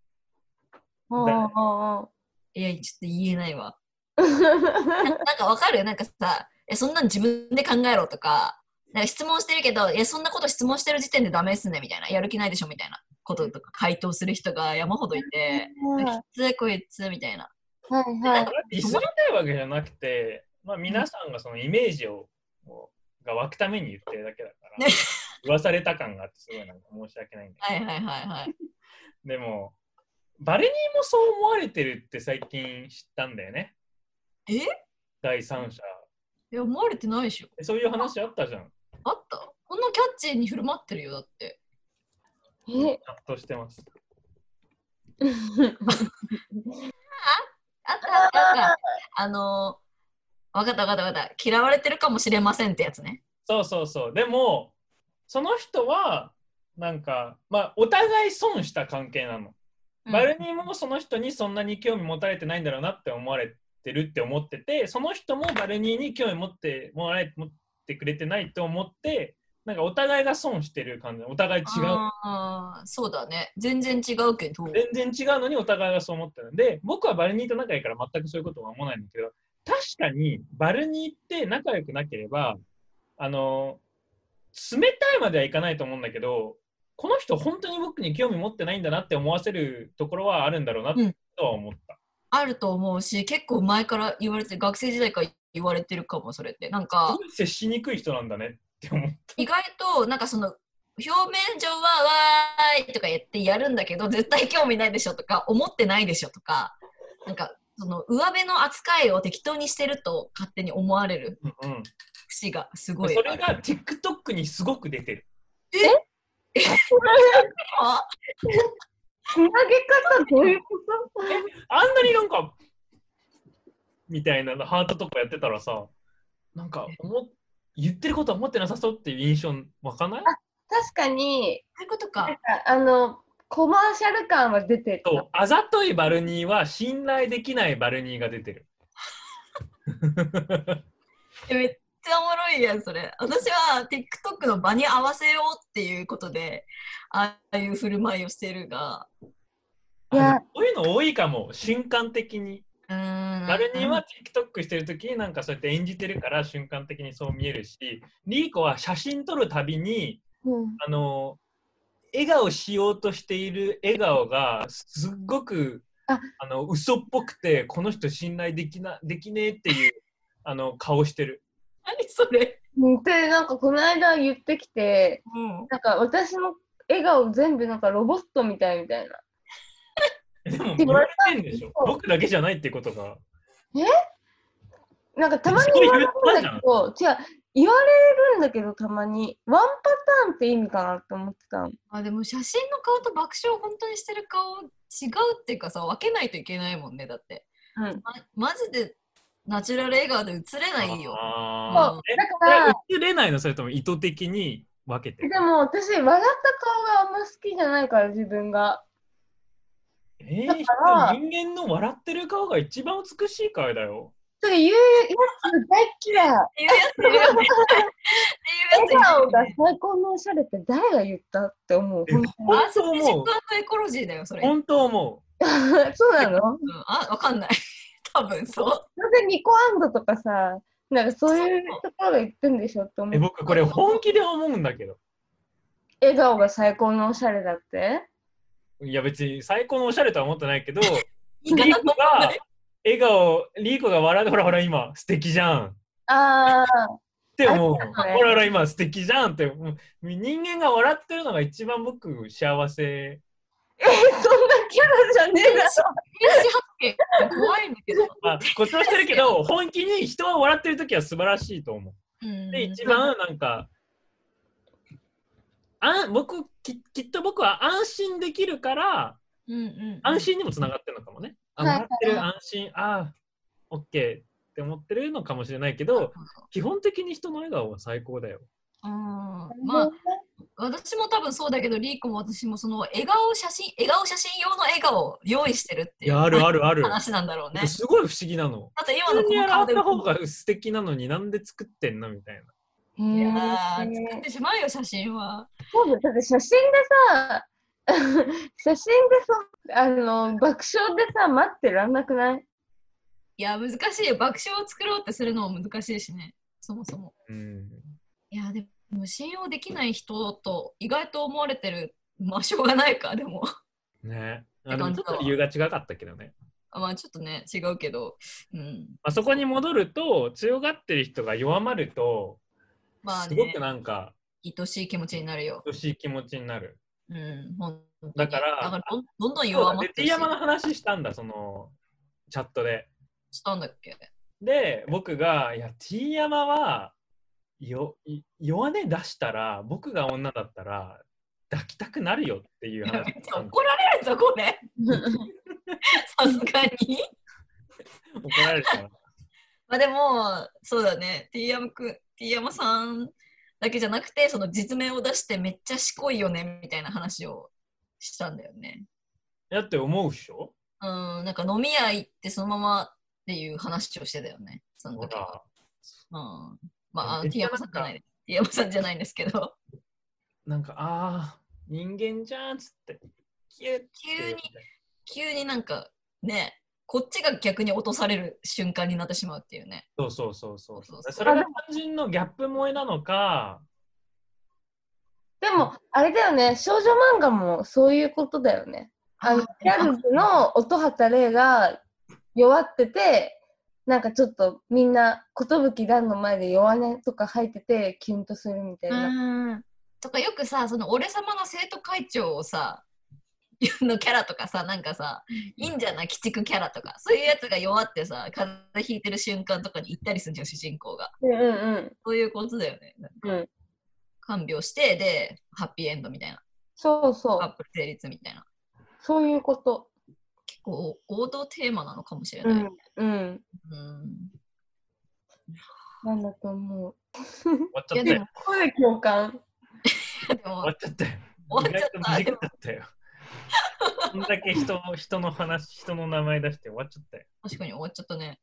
Speaker 2: ああ。
Speaker 1: いや、ちょっと言えないわ。 なんかわかるなんかさ、えそんなん自分で考えろとか、なんか質問してるけど、いや、そんなこと質問してる時点でダメっすねみたいな、やる気ないでしょみたいなこととか回答する人が山ほどいて、なんか
Speaker 2: は
Speaker 1: きついこいつみたいな。
Speaker 2: いはい。
Speaker 3: ディスりたいわけじゃなくて、まあ、皆さんがそのイメージを、が湧くために言ってるだけだから
Speaker 1: ね、
Speaker 3: 言わされた感があって、すごいなんか申し訳ないんだけど。
Speaker 1: はいはいはいはい。
Speaker 3: でも、誰にもそう思われてるって最近知ったんだよね。
Speaker 1: え
Speaker 3: 第三者。
Speaker 1: え、思われてないでしょ。
Speaker 3: えそういう話あったじゃん。
Speaker 1: あったこんなキャッチーに振る舞ってるよ、だって。
Speaker 2: え
Speaker 3: チャットしてます。
Speaker 1: あったあったあった。あのー、わかったわかったわかった。嫌われてるかもしれませんってやつね。
Speaker 3: そうそうそう。でも、その人は、なんか、まあ、お互い損した関係なの。
Speaker 1: うん
Speaker 3: バルニーもその人にそんなに興味持たれてないんだろうなって思われてるって思ってて、その人もバルニーに興味持ってもらえ持ってくれてないと思って、なんかお互いが損してる感じ。お互い違う。
Speaker 1: あーそうだね。全然違うけど。
Speaker 3: 全然違うのにお互いがそう思ってるんで僕はバルニーと仲いいから全くそういうことは思わないんだけど確かにバルニーって仲良くなければあの冷たいまではいかないと思うんだけどこの人本当に僕に興味持ってないんだなって思わせるところはあるんだろうな
Speaker 1: うん
Speaker 3: とは思った。
Speaker 1: あると思うし結構前から言われて学生時代から言われてるかもそれってなんか
Speaker 3: すごい接しにくい人なんだねって思った。
Speaker 1: 意外となんかその表面上は「わーい」とか言ってやるんだけど絶対興味ないでしょとか思ってないでしょとかなんかその上辺の扱いを適当にしてると勝手に思われる
Speaker 3: うん
Speaker 1: 節がす
Speaker 3: う
Speaker 1: ご
Speaker 3: ん、
Speaker 1: い
Speaker 3: そ
Speaker 1: あ
Speaker 3: れ
Speaker 1: る。
Speaker 3: が TikTok にすごく出てる。
Speaker 1: あ
Speaker 2: つなげ方どういうこと
Speaker 3: あんなになんか、みたいなハートとかやってたらさ、なんか思っ言ってることは思ってなさそうっていう印象わかんない
Speaker 2: 確かに、
Speaker 1: そういうこと
Speaker 2: な
Speaker 1: か
Speaker 2: んか。あの、コマーシャル感は出てる。
Speaker 3: そう、あざといバルニーは信頼できないバルニーが出てる。
Speaker 1: えめっちゃおもろいやんそれ。私は TikTok の場に合わせようっていうことでああいう振る舞いをしてるが。
Speaker 2: いや
Speaker 3: あのそういうの多いかも、瞬間的に。
Speaker 1: うーん
Speaker 3: バルニーは TikTok してる時になんかそうやって演じてるから瞬間的にそう見えるし、リーコは写真撮るたびに、
Speaker 2: うん
Speaker 3: あの、笑顔しようとしている笑顔がすっごく
Speaker 2: あ
Speaker 3: あの嘘っぽくて、この人信頼できなできねえっていうあの顔してる。
Speaker 1: 何それ。
Speaker 2: で、なんかこの間言ってきて、
Speaker 1: うん
Speaker 2: なんか私の笑顔全部なんかロボットみたいみたいな。
Speaker 3: でも言われてんでしょ。僕だけじゃないってことが。
Speaker 2: なんかたまに言われる
Speaker 3: それ
Speaker 2: んだけど、違う、言われるんだけどたまに、ワンパターンって意味かなって思ってたの。
Speaker 1: あでも写真の顔と爆笑を本当にしてる顔違うっていうかさ分けないといけないもんねだって、
Speaker 2: うん。
Speaker 1: ま、マジでナチュラル笑顔で映れない よ
Speaker 2: そう
Speaker 3: あ
Speaker 1: うん
Speaker 2: だか
Speaker 3: ー
Speaker 2: ら、
Speaker 3: え映れないのそれとも意図的に分けてる
Speaker 2: でも私、笑った顔があんま好きじゃないから、自分が。
Speaker 3: え
Speaker 2: だから
Speaker 3: ー、人間の笑ってる顔が一番美しい顔だよ。
Speaker 2: それ言うやつ大っ嫌い。
Speaker 1: っていうやついるよねっていう
Speaker 2: 笑
Speaker 1: やついる
Speaker 2: 顔
Speaker 1: よ
Speaker 2: が
Speaker 1: ね
Speaker 2: 最高のおしゃれって誰が言ったって思う。
Speaker 3: え
Speaker 2: 本
Speaker 1: ア
Speaker 3: 本
Speaker 1: ース
Speaker 3: 当
Speaker 1: ミジ
Speaker 3: 思
Speaker 1: ッ
Speaker 3: う
Speaker 1: ク。エコロジーだよそれ、うん、
Speaker 3: 本当思
Speaker 2: 当にそうなの
Speaker 1: あわかんない 多分そう
Speaker 2: なぜニコアンドとかさ、なんかそういうところが言ってんでしょって思
Speaker 3: う。え
Speaker 2: う。
Speaker 3: 僕これ本気で思うんだけど。
Speaker 2: 笑顔が最高のおしゃれだって
Speaker 3: いや別に最高のおしゃれとは思ってないけど、
Speaker 1: 言い
Speaker 3: リー
Speaker 1: 方
Speaker 3: コが笑顔、リーコが笑う、ほらほら今素敵じゃんっ
Speaker 2: あ
Speaker 3: て思う。
Speaker 2: あね
Speaker 3: ほらほら今素敵じゃんって思う。人間が笑ってるのが一番僕幸せ。
Speaker 2: ー、そんなキャラじゃねえだろ。
Speaker 1: 東発見怖いんだけど、
Speaker 3: まあ誇張してるけど、本気に人は笑ってる時は素晴らしいと思う。
Speaker 1: うん、
Speaker 3: で一番なんかあん僕ききっと僕は安心できるから
Speaker 1: うんうん
Speaker 3: 安心にもつながってるのかもね。あ
Speaker 2: はい
Speaker 3: 笑ってる安心あー OK って思ってるのかもしれないけど基本的に人の笑顔は最高だよ。
Speaker 1: うんまあ私も多分そうだけどリーコも私もその笑顔写真笑顔写真用の笑顔を用意してるって
Speaker 3: い
Speaker 1: いう
Speaker 3: やあるあるある。
Speaker 1: 話なんだろうね。
Speaker 3: すごい不思議なの。
Speaker 1: あと今
Speaker 3: 普
Speaker 1: の
Speaker 3: 通
Speaker 1: こ
Speaker 3: に
Speaker 1: の
Speaker 3: 笑
Speaker 1: 顔
Speaker 3: っ
Speaker 1: で
Speaker 3: た方が素敵なのになんで作ってんのみたいな。
Speaker 2: へ
Speaker 1: い
Speaker 2: ー
Speaker 1: やー作ってしまうよ写真は。
Speaker 2: そうだ、だって写真でさ、 写真でさ、あの、爆笑でさ、待ってらんなく ない
Speaker 1: いや難しいよ爆笑を作ろうってするのも難しいしねそもそも。
Speaker 3: うん、
Speaker 1: いやでも信用できない人と意外と思われてるまあしょうがないかでも
Speaker 3: ね
Speaker 1: っ
Speaker 3: あ
Speaker 1: て感
Speaker 3: の
Speaker 1: じ
Speaker 3: ちょ
Speaker 1: だ
Speaker 3: っ
Speaker 1: わ
Speaker 3: と理由が違かったけどね。
Speaker 1: まあちょっとね違うけど、うん、
Speaker 3: まあ、そこに戻ると強がってる人が弱まると
Speaker 1: まあ
Speaker 3: すご
Speaker 1: ね
Speaker 3: くなんか
Speaker 1: 愛しい気持ちになるよ。
Speaker 3: 欲しい気持ちになる。
Speaker 1: うん、ほん
Speaker 3: だから
Speaker 1: だからどんどんどん
Speaker 3: そう
Speaker 1: 弱
Speaker 3: だ
Speaker 1: まっ
Speaker 3: ね、
Speaker 1: て
Speaker 3: T
Speaker 1: し
Speaker 3: 山の話したんだ、そのチャットで。
Speaker 1: したんだっけ
Speaker 3: で、僕が、いや、T 山はよい弱音出したら、僕が女だったら抱きたくなるよっ ていう
Speaker 1: いや
Speaker 3: 話
Speaker 1: めっちゃ
Speaker 3: したんだ
Speaker 1: 怒られるぞこれ さすがに
Speaker 3: 怒られるから。
Speaker 1: まあでもそうだね T 山くん T 山さんだけじゃなくてその実名を出してめっちゃしこいよねみたいな話をしたんだよね
Speaker 3: だって思うっしょ
Speaker 1: うんなんか飲み屋行ってそのままっていう話をしてたよねその
Speaker 3: ほ
Speaker 1: 時は
Speaker 3: ら、
Speaker 1: うんまああの
Speaker 3: めっ
Speaker 1: T
Speaker 3: ちゃ
Speaker 1: 山
Speaker 3: な
Speaker 1: さ
Speaker 3: ん
Speaker 1: んじゃ
Speaker 3: か
Speaker 1: ないです T 山さんじゃないんですけど
Speaker 3: なんか、ああ、人間じゃんっつって。キュッて
Speaker 1: 急に急になんかねこっちが逆に落とされる瞬間になってしまうっていうね
Speaker 3: そうそうそうそう。
Speaker 1: そ
Speaker 3: そう
Speaker 1: そうそう
Speaker 3: れが肝心のギャップ萌えなのか、
Speaker 2: でも、あれだよね、少女漫画もそういうことだよね。あの、ギャルズの音畑玲が弱ってて、なんかちょっとみんな、寿蘭の前で弱音とか入ってて、キュンとするみたいな。
Speaker 1: うんとかよくさその俺様の生徒会長をさのキャラとかさなんかさ忍者な鬼畜キャラとかそういうやつが弱ってさ風邪ひいてる瞬間とかに行ったりするんじゃん主人公が
Speaker 2: うんうん
Speaker 1: そういうことだよねなんか
Speaker 2: うん。うん。
Speaker 1: 看病してでハッピーエンドみたいな
Speaker 2: そうそ
Speaker 1: カ
Speaker 2: う。
Speaker 1: ップル成立みたいな
Speaker 2: そういうこと。
Speaker 1: 結構王道テーマなのかもしれ
Speaker 2: う
Speaker 1: ない、
Speaker 2: ん。うん。
Speaker 1: うん
Speaker 2: なんだと思う。
Speaker 3: わっちゃっ
Speaker 1: い
Speaker 3: た
Speaker 1: や
Speaker 3: よ
Speaker 1: で。
Speaker 2: 声共感。
Speaker 1: でも
Speaker 3: 終わっちゃったよ。
Speaker 1: 終わっちゃった
Speaker 3: 意外と短かったよ。こんだけ人の人の話、人の名前出して終わっちゃったよ。
Speaker 1: 確かに終わっちゃったね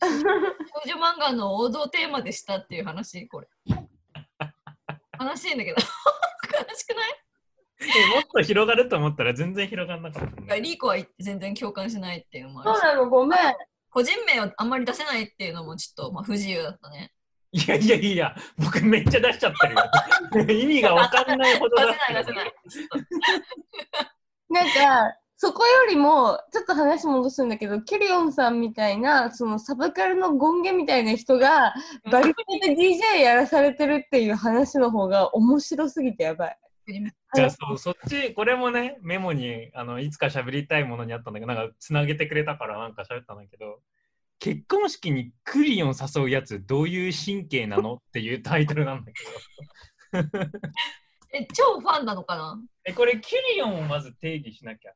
Speaker 1: 少女漫画の王道テーマでしたっていう話これ悲しいんだけど悲しくない
Speaker 3: えもっと広がると思ったら全然広がんなかったね。
Speaker 1: リーコは全然共感しないっていうのもあ
Speaker 2: そ
Speaker 1: る
Speaker 2: う
Speaker 1: し
Speaker 2: なの、ごめん。
Speaker 1: 個人名をあんまり出せないっていうのもちょっと、まあ、不自由だったね。
Speaker 3: いやいやいや、僕めっちゃ出しちゃって るよ。意味がわかんないほど
Speaker 1: 出せ
Speaker 3: 出して
Speaker 1: な
Speaker 3: る
Speaker 1: い出せない。
Speaker 2: なんか、そこよりも、ちょっと話戻すんだけど、キュリオンさんみたいな、そのサブカルの権限みたいな人が、バリバリで DJ やらされてるっていう話の方が面白すぎてやばい。
Speaker 3: じゃあそう、そっち、これもね、メモにあのいつか喋りたいものにあったんだけど、なんかつなげてくれたからなんか喋ったんだけど、結婚式にクリオン誘うやつ、どういう神経なのっていうタイトルなんだけど。
Speaker 1: え、超ファンなのかな
Speaker 3: え、これ、キュリオンをまず定義しなきゃ。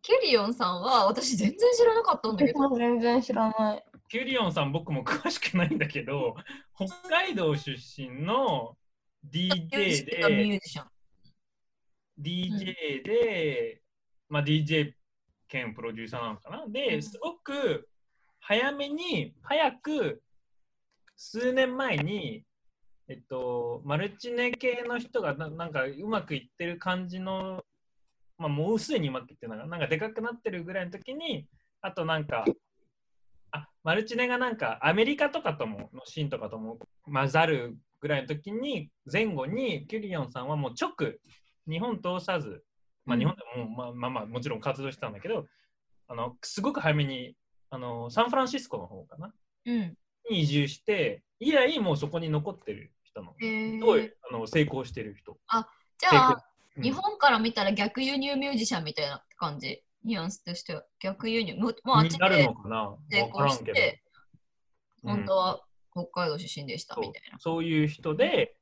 Speaker 1: キュリオンさんは私全然知らなかったんだけ
Speaker 2: 私
Speaker 1: ど。
Speaker 2: も全然知ら ない。
Speaker 3: キュリオンさん、僕も詳しくないんだけど、 北海道出身の
Speaker 1: ミュージ
Speaker 3: DJ
Speaker 1: シャンミュ
Speaker 3: で、
Speaker 1: ージシャン。
Speaker 3: DJ で、まあ、DJ 兼プロデューサーなのかな。
Speaker 1: う
Speaker 3: で、
Speaker 1: ん
Speaker 3: すごく早めに、早く、数年前に、えっと、マルチネ系の人がななんかうまくいってる感じの、まあ、もうすでにうまくいってるのかななんかでかくなってるぐらいの時に、あとなんか、あマルチネがなんかアメリカとかとものシーンとかとも混ざるぐらいの時に前後にキュリオンさんはもう直日本通さず、まあ、日本でももうまあまあまあもちろん活動してたんだけどあのすごく早めにあのサンフランシスコの方かな
Speaker 1: うん。
Speaker 3: に移住して以来もうそこに残ってる人の
Speaker 1: え
Speaker 3: すご
Speaker 1: ー
Speaker 3: い、あの成功してる人
Speaker 1: じゃあ、
Speaker 3: うん
Speaker 1: 日本から見たら逆輸入ミュージシャンみたいな感じ。ニュアンスとしては逆輸入。もうもうあっ
Speaker 3: に
Speaker 1: ち
Speaker 3: なる
Speaker 1: で
Speaker 3: のかな
Speaker 1: 成
Speaker 3: 分か
Speaker 1: 功
Speaker 3: らん
Speaker 1: し
Speaker 3: けど
Speaker 1: て、
Speaker 3: うん
Speaker 1: 本当は北海道出身でしたみたいな。
Speaker 3: そういう人で、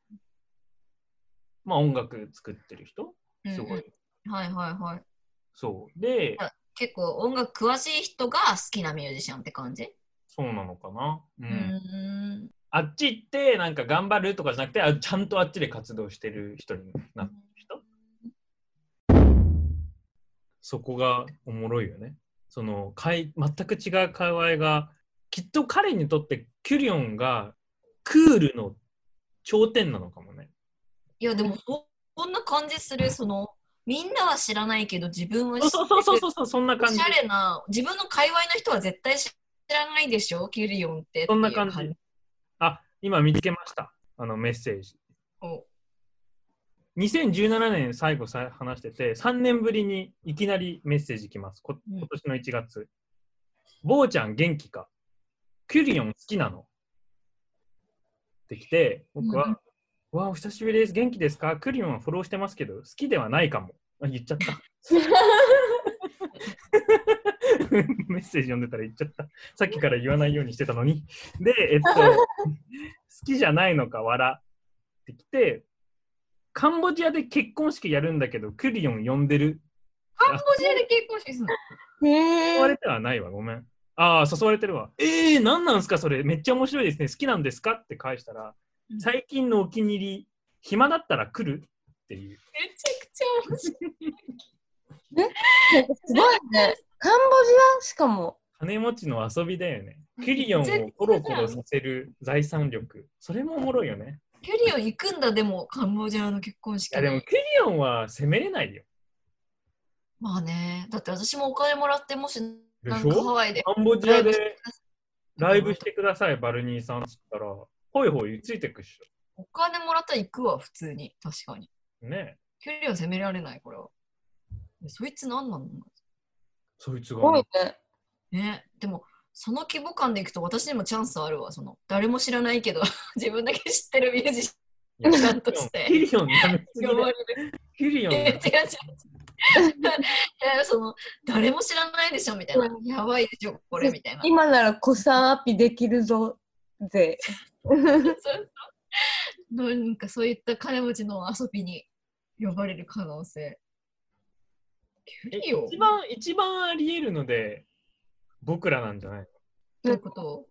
Speaker 3: まあ、音楽作ってる人す
Speaker 1: うん
Speaker 3: ごい、
Speaker 1: うんはいはいはい。
Speaker 3: そうで
Speaker 1: あ結構音楽詳しい人が好きなミュージシャンって感じ
Speaker 3: そうなのかな、う
Speaker 1: うんん
Speaker 3: あっち行ってなんか頑張るとかじゃなくてあちゃんとあっちで活動してる人になってる人そこがおもろいよねそのかい全く違う界隈がきっと彼にとってキュリオンがクールの頂点なのかもね
Speaker 1: いやでもそこんな感じするそのみんなは知らないけど自分は知
Speaker 3: そう
Speaker 1: って
Speaker 3: そう
Speaker 1: る
Speaker 3: そうそうそうそんな
Speaker 1: お
Speaker 3: 感じ
Speaker 1: しゃれな自分の界隈の人は絶対知らないでしょキュリオンって
Speaker 3: そんな感じ
Speaker 1: っていう
Speaker 3: あ今見つけましたあのメッセージ
Speaker 1: お
Speaker 3: 2017年最後さ話してて3年ぶりにいきなりメッセージ来ますこ
Speaker 1: うん
Speaker 3: 今年の1月、坊ちゃん元気かキュリオン好きなのってきて僕は、わあお久しぶりです元気ですかキュリオンはフォローしてますけど好きではないかもあ言っちゃった メッセージ読んでたら言っちゃったさっきから言わないようにしてたのにでえっと 好きじゃないのか笑ってきてカンボジアで結婚式やるんだけどクリオン呼んでる
Speaker 1: カンボジアで結婚式するの
Speaker 2: ね
Speaker 3: 誘われてはないわごめんああ誘われてるわえー、何なんすかそれめっちゃ面白いですね好きなんですかって返したら
Speaker 1: うん
Speaker 3: 最近のお気に入り暇だったら来るっていう
Speaker 1: めちゃくちゃ面白い
Speaker 2: なんかすごいね。カンボジアしかも。
Speaker 3: 金持ちの遊びだよねクリオンをコロコロさせる財産力それもおもろいよね
Speaker 1: キュリオン行くんだでもカンボジアの結婚
Speaker 3: い
Speaker 1: 式
Speaker 3: や
Speaker 1: に
Speaker 3: でもクリオンは責めれないよ
Speaker 1: まあねだって私もお金もらってもし
Speaker 3: で
Speaker 1: なん
Speaker 3: し
Speaker 1: かハ
Speaker 3: ょ
Speaker 1: ワイで
Speaker 3: カンボジアでライブしてください、バルニーさんっつったら、ほいほいついてくっしょ。
Speaker 1: お金もらったら行くわ、普通に。確かに。
Speaker 3: ね
Speaker 1: キュリアン責められない、これは。いやそいつ何なんだろ
Speaker 3: そいつ
Speaker 2: す
Speaker 3: が
Speaker 2: ごいね。
Speaker 1: うね。でも、その規模感でいくと私にもチャンスあるわ。その誰も知らないけど、 自分だけ知ってるミュージシ
Speaker 3: いや
Speaker 1: ちゃんとして
Speaker 3: キュリオンやめす
Speaker 1: ャン
Speaker 3: ぎだ
Speaker 1: 呼ば
Speaker 3: よ
Speaker 1: れる。
Speaker 3: キュリオン
Speaker 1: いや違う違う
Speaker 3: や。
Speaker 1: いやその誰も知らないでしょみたいな。やばいでしょ、これみたいな。
Speaker 2: 今なら子さんアピできるぞ、ぜ。
Speaker 1: そうそうなんかそういった金持ちの遊びに呼ばれる可能性。キュリオ
Speaker 3: 一番一番あり得るので僕らなんじゃない
Speaker 1: どういうことを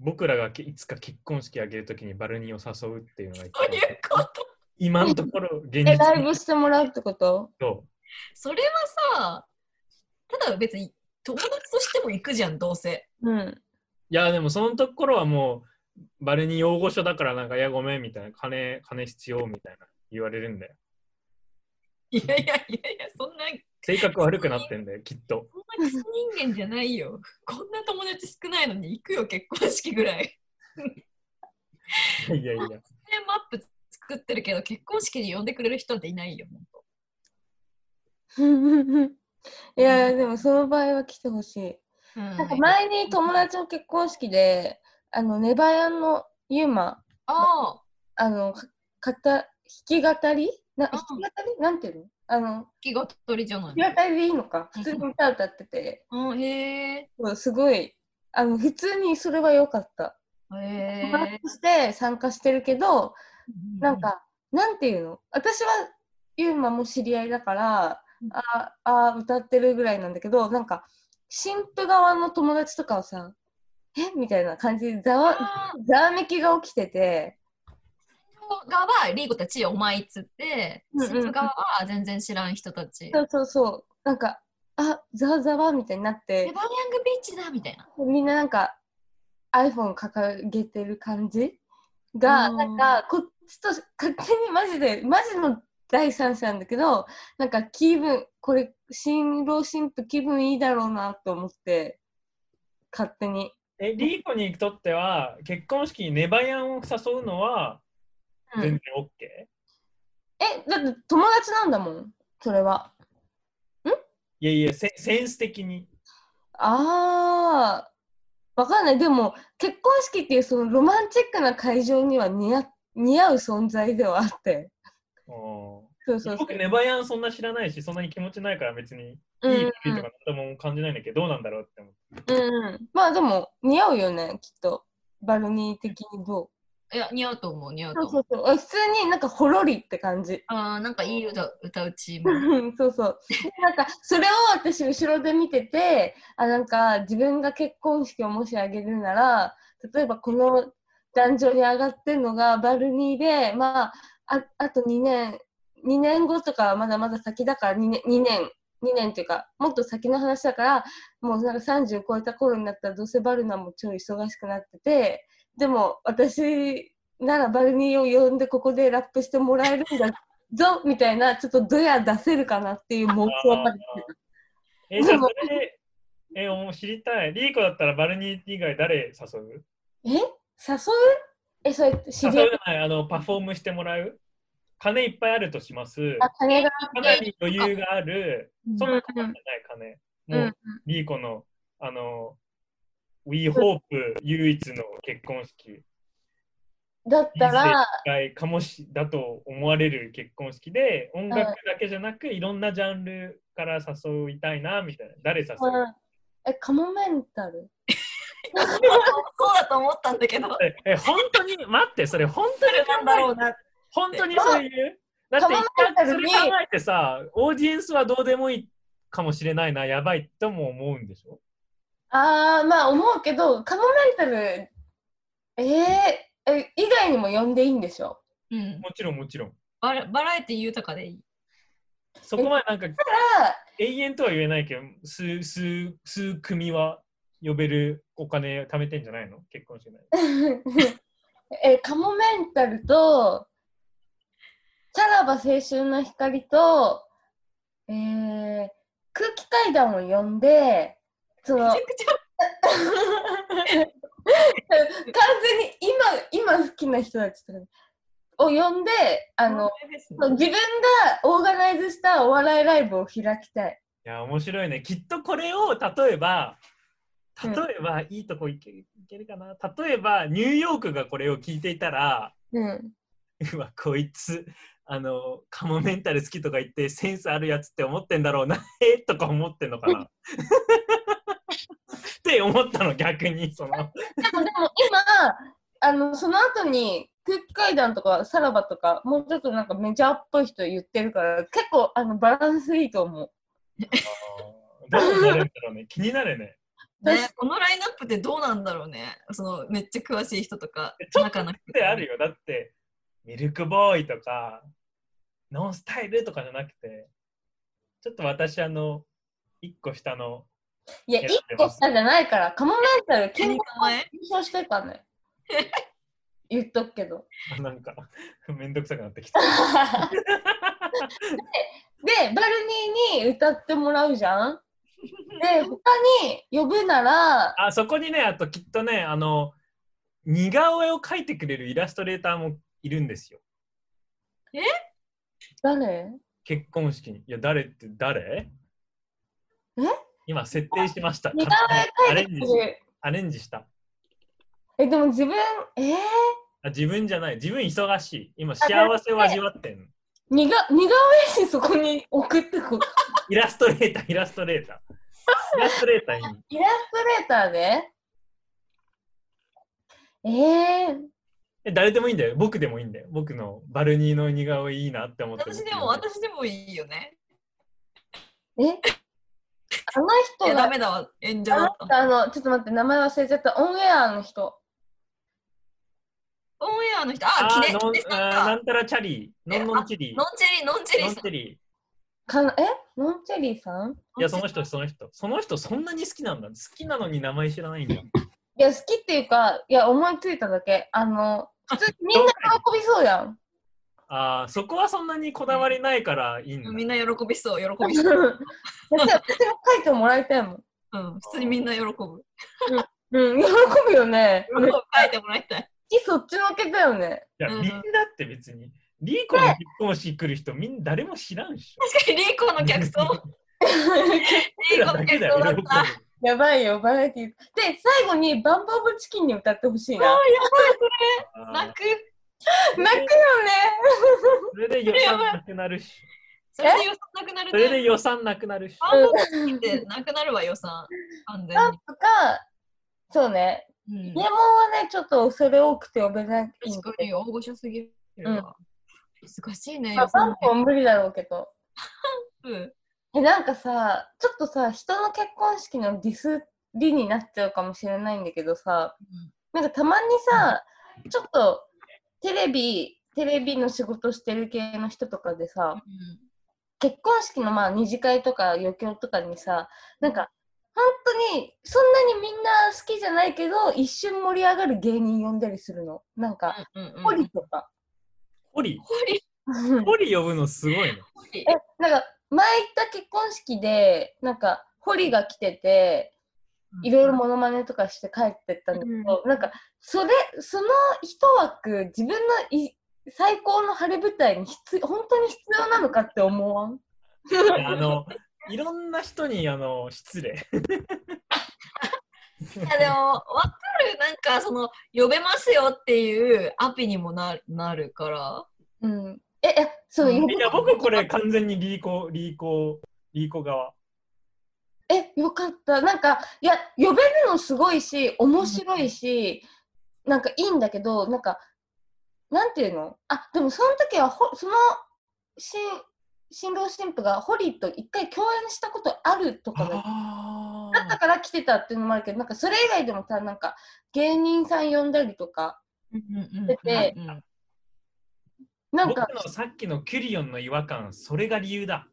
Speaker 3: 僕らがけいつか結婚式あげるときにバルニーを誘うっていうのが一
Speaker 1: どう
Speaker 3: 番
Speaker 1: いうこと
Speaker 3: 今のところ現
Speaker 2: え、ライ
Speaker 3: 実
Speaker 2: ブしてもらうってこと
Speaker 3: と
Speaker 1: それはさ、ただ別に友達としても行くじゃん、どうせ。
Speaker 2: うん。
Speaker 3: いやでもそのところはもうバルニー大御所だからなんかいやごめんみたいな金金必要みたいな言われるんだよ
Speaker 1: いやいやいやいや、そんな、
Speaker 3: 性格悪くなって んだよきっと
Speaker 1: そんなクソ人間じゃないよ。こんな友達少ないのに行くよ、結婚式ぐらい。
Speaker 3: いやいやいや
Speaker 1: マップ作ってるけど、結婚式に呼んでくれる人なんていないよ、ほんと
Speaker 2: いや、でもその場合は来てほしい。
Speaker 1: うん
Speaker 2: なんか前に友達の結婚式で、あの、ネバヤンのユーマ、
Speaker 1: ああ、
Speaker 2: あの、かかた弾き語りな
Speaker 1: うん
Speaker 2: 弾き語りなんていうのあの、
Speaker 1: 気が取りじゃない。
Speaker 2: 弾き語りでいいのか。普通に歌歌ってて、
Speaker 1: うん、へえ。
Speaker 2: そうすごい、あの、普通にそれは良かった。
Speaker 1: へ
Speaker 2: 友達
Speaker 1: え。
Speaker 2: として参加してるけど、なん、か、なんていうの私はユーマも知り合いだから、
Speaker 1: うん
Speaker 2: ああ歌ってるぐらいなんだけどなんか新婦側の友達とかはさえみたいな感じでざわ
Speaker 1: あ
Speaker 2: ざわめきが起きてて
Speaker 1: ー側はリーゴたちお前っつって、
Speaker 2: うんうんうん
Speaker 1: 新婦側は全然知らん人たち。
Speaker 2: そうそうそうなんかあざわざわみたいになっ
Speaker 1: エヴァンヤ
Speaker 2: て
Speaker 1: ングビーチだみたいな。
Speaker 2: みんななんか iPhone 掲げてる感じが
Speaker 1: うん
Speaker 2: なんかこっちと勝手にマジでマジの第三者なんだけどなんか気分これ新郎新婦気分いいだろうなと思って勝手に
Speaker 3: えリーコにとっては結婚式にネバヤンを誘うのは
Speaker 1: うん
Speaker 3: 全然 OK、
Speaker 2: えだって友達なんだもんそれはい
Speaker 3: やいやセセンス的に
Speaker 2: あーわかんないでも結婚式っていうそのロマンチックな会場には似合似合う存在ではあって
Speaker 3: うん
Speaker 2: そう そうそう
Speaker 3: 僕、ネバヤンそんな知らないし、そんなに気持ちないから別にい
Speaker 2: うん
Speaker 3: い悪いとか何とも感じないんだけど、どうなんだろうって思って。
Speaker 2: うん、まあでも似合うよねきっとバルニー的にど
Speaker 1: いや、似合うと思う、似合
Speaker 2: う
Speaker 1: う
Speaker 2: そ
Speaker 1: と
Speaker 2: う
Speaker 1: 思。
Speaker 2: そううそうあ普通になんかほろりって感じ
Speaker 1: ああ、なんかいい歌歌うチーム。
Speaker 2: うんそうそうでなんかそれを私後ろで見ててあなんか自分が結婚式をもしあげるなら例えばこの壇上に上がってるのがバルニーでまあああと2年2年後とかはまだまだ先だから2年2年2年っていうかもっと先の話だからもうなんか30超えた頃になったらどうせバルナもちょい忙しくなっててでも私ならバルニーを呼んでここでラップしてもらえるんだぞみたいなちょっとドヤ出せるかなっていう妄想が
Speaker 3: え、じゃあそれで、え、お知りたい。リーコだったらバルニー以外誰誘う
Speaker 2: え誘うえそれ知
Speaker 3: 誘う
Speaker 2: り合い
Speaker 3: じゃない、あの、パフォームしてもらう金いっぱいあるとします。
Speaker 2: あ金が
Speaker 3: かなり余裕がある。そんなことない金。
Speaker 2: うん
Speaker 3: もう、リーコの、あの、We Hope 唯一の結婚式。
Speaker 2: だった ら
Speaker 3: 外かもしだと思われる結婚式で音楽だけじゃなく、いろんなジャンルから誘いたいなみたいな誰誘う、
Speaker 2: うんえカモメンタル
Speaker 1: そうだと思ったんだけど、
Speaker 3: ええ本当に待ってそれ本当に
Speaker 1: なんだろうな。
Speaker 3: 本当にそういうだって
Speaker 2: 頼まれた
Speaker 3: そ
Speaker 2: の
Speaker 3: れ
Speaker 2: に
Speaker 3: 考えてさオーディエンスはどうでもいいかもしれないなやばいとも思うんでしょ
Speaker 2: ああまあ思うけどカモメンタルえー、え以外にも呼んでいいんでしょ
Speaker 1: うん、
Speaker 3: もちろんもちろん
Speaker 1: バラバラエティ豊かでいい。
Speaker 3: そこまでなんか
Speaker 2: だから
Speaker 3: 永遠とは言えないけど数数数組は呼べるお金貯めてんじゃないの結婚式ない
Speaker 2: えカモメンタルとさらば青春の光と、えー、空気階段を呼んでその
Speaker 1: め
Speaker 2: 完
Speaker 1: ちゃくちゃ
Speaker 2: 全に今今好きな人たちとかを呼んで、あの、自分がオーガナイズしたお笑いライブを開きたい。
Speaker 3: いや、面白いね。きっとこれを例えば、
Speaker 2: うん
Speaker 3: 例えば、いいとこ行けいけるかな。例えば、ニューヨークがこれを聞いていたら、
Speaker 2: うん。
Speaker 3: うわ、こいつ、あの、カモメンタル好きとか言って、センスあるやつって思ってんだろうな、 えとか思ってんのかな。って思ったの、逆に、その。
Speaker 2: でも、でも今、あの、その後に、空気階段とか、さらばとか、もうちょっとなんかメジャーっぽい人言ってるから、結構、あの、バランスいいと思う。
Speaker 3: どうなるんだろうね。気になるね。
Speaker 1: ね、このラインナップってどうなんだろうね。そのめっちゃ詳しい人とか、
Speaker 3: ちょっと
Speaker 1: 仲の人と
Speaker 3: で
Speaker 1: か
Speaker 3: あるよ。だって、ミルクボーイとか、ノンスタイルとかじゃなくて、ちょっと私、あの、一個下の、
Speaker 2: いや、一個下じゃないから、カモメンタル、健
Speaker 1: 急
Speaker 2: 康
Speaker 1: に名前
Speaker 2: 優勝してたね。言っとくけど。
Speaker 3: あなんか、めんどくさくなってきた。
Speaker 2: で、バルニーに歌ってもらうじゃん。で、他に呼ぶなら、
Speaker 3: あ、そこにね、あときっとね、あの、似顔絵を描いてくれるイラストレーターもいるんですよ。
Speaker 2: 誰
Speaker 3: 結婚式に。いや、誰って誰
Speaker 2: え
Speaker 3: 今、設定しました。
Speaker 2: 似顔絵
Speaker 3: ア
Speaker 2: 描
Speaker 3: レ
Speaker 2: い
Speaker 3: ン
Speaker 2: て
Speaker 3: ジ
Speaker 2: くれる。
Speaker 3: アレンジした。
Speaker 2: え、でも自分、えー、
Speaker 3: あ自分じゃない。自分忙しい。今、幸せを味わってんの。
Speaker 2: 似が似顔絵師そこに送ってこ
Speaker 3: イラストレーター、イラストレーター。イラストレーターいい。
Speaker 2: イラストレーターでえー、
Speaker 3: え誰でもいいんだよ。僕でもいいんだよ。僕のバルニーの似顔絵いいなって思ってる。
Speaker 1: 私でも、私でもいいよね。
Speaker 2: えあの
Speaker 1: え、
Speaker 2: 人
Speaker 1: ダ
Speaker 2: が、
Speaker 1: メだわ、演者
Speaker 2: あ
Speaker 1: だ
Speaker 2: の
Speaker 1: った。
Speaker 2: 人あの、ちょっと待って、名前忘れちゃった、オンエアの人。
Speaker 1: オンエアの人、
Speaker 3: あ
Speaker 1: あ、
Speaker 3: ー
Speaker 1: キレ
Speaker 3: のん
Speaker 1: キレさん
Speaker 3: あーな
Speaker 1: か。
Speaker 3: んたらチャリー。
Speaker 1: え
Speaker 3: のんのんチリー。
Speaker 1: ノンチェリー、ノンチェリ
Speaker 3: の
Speaker 1: ー
Speaker 3: ん
Speaker 1: さん
Speaker 3: チ。リ
Speaker 2: かなえノンチェリーさん
Speaker 3: ー。いや、その人、その人。その人、そんなに好きなんだ。好きなのに名前知らないんだ。
Speaker 2: いや、好きっていうか、いや、思いついただけ。あの、普通にみんな喜びそ うやん。
Speaker 3: ああ、そこはそんなにこだわりないからいいんだ。
Speaker 1: みんな喜びそう、喜
Speaker 2: だっ
Speaker 1: び
Speaker 2: て
Speaker 1: そう。
Speaker 2: 私も書いてもらいたいもん。
Speaker 1: うん、普通にみんな喜ぶ。喜ぶ、
Speaker 2: うん、喜ぶよね。好
Speaker 1: 書いてもらいたい。
Speaker 2: きそっちのけだよね。
Speaker 3: いや、
Speaker 1: うん
Speaker 3: みんなって別に。リーコの結婚式来る人、みんな誰も知らんっしょ。
Speaker 1: 確かに、リーコの客層、リーコの
Speaker 3: だけ
Speaker 1: 客
Speaker 3: だ
Speaker 1: 層
Speaker 3: よ、
Speaker 1: だっ
Speaker 3: 喜ぶ
Speaker 1: た。
Speaker 2: やばいよ、バラエティー。で、最後にバンバンブチキンに歌ってほしいな。
Speaker 3: あー
Speaker 1: 泣く。
Speaker 2: 泣くよね。
Speaker 3: それで予算なくなるし。
Speaker 1: そ れで予算なくな
Speaker 3: それ
Speaker 1: る
Speaker 3: で
Speaker 1: ね。
Speaker 3: 予算なくなるし。
Speaker 1: あんまりってなくなるわ、予算。完全
Speaker 2: あとか、そうね。
Speaker 1: に。う
Speaker 2: 家
Speaker 1: ん
Speaker 2: 門はね、ちょっとそれ多くて呼べないんで。
Speaker 1: 確かに、大御所すぎるわ。難しいね、
Speaker 2: まあ
Speaker 1: 予
Speaker 2: バン
Speaker 1: 算
Speaker 2: バン無理だろうけど。
Speaker 1: うん
Speaker 2: え、なんかさ、ちょっとさ、人の結婚式のディスりになっちゃうかもしれないんだけどさ、なんかたまにさ、ちょっとテレビ、テレビの仕事してる系の人とかでさ、結婚式のまあ二次会とか余興とかにさ、なんか本当にそんなにみんな好きじゃないけど、一瞬盛り上がる芸人呼んだりするの。なんか、
Speaker 1: うんうんうんうん。
Speaker 2: ポリとか。
Speaker 3: ホリ
Speaker 1: ホリ
Speaker 3: ホリ呼ぶのすごいね。
Speaker 1: ホリ
Speaker 2: え、なんか前行った結婚式で、なんか、ホリが来てて、いろいろモノマネとかして帰ってったんだけど、なんかそれその一枠自分のい最高の晴れ舞台に必本当に必要なのかって思わん
Speaker 3: あの、いろんな人にあの失礼。
Speaker 1: いやでも分かるなんかその呼べますよっていうアピにもななるから
Speaker 2: うんええそう
Speaker 1: うん
Speaker 2: よ
Speaker 3: いや、僕これ完全にリーコ、リーコ、リーコ側。
Speaker 2: えよかったなんかいや呼べるのすごいし面白いし、なんかいいんだけどなんかなんていうのあでもその時はほその新新郎新婦がホリーと一回共演したことあるとかの
Speaker 3: あ
Speaker 2: だったから来てたっていうのもあるけど、なんかそれ以外でもさ、なんか芸人さん呼んだりとか、
Speaker 1: 出
Speaker 2: 出て
Speaker 1: うん
Speaker 3: あ。
Speaker 2: なん
Speaker 3: 僕
Speaker 2: か
Speaker 3: のさっきのキュリオンの違和感、それが理由だ。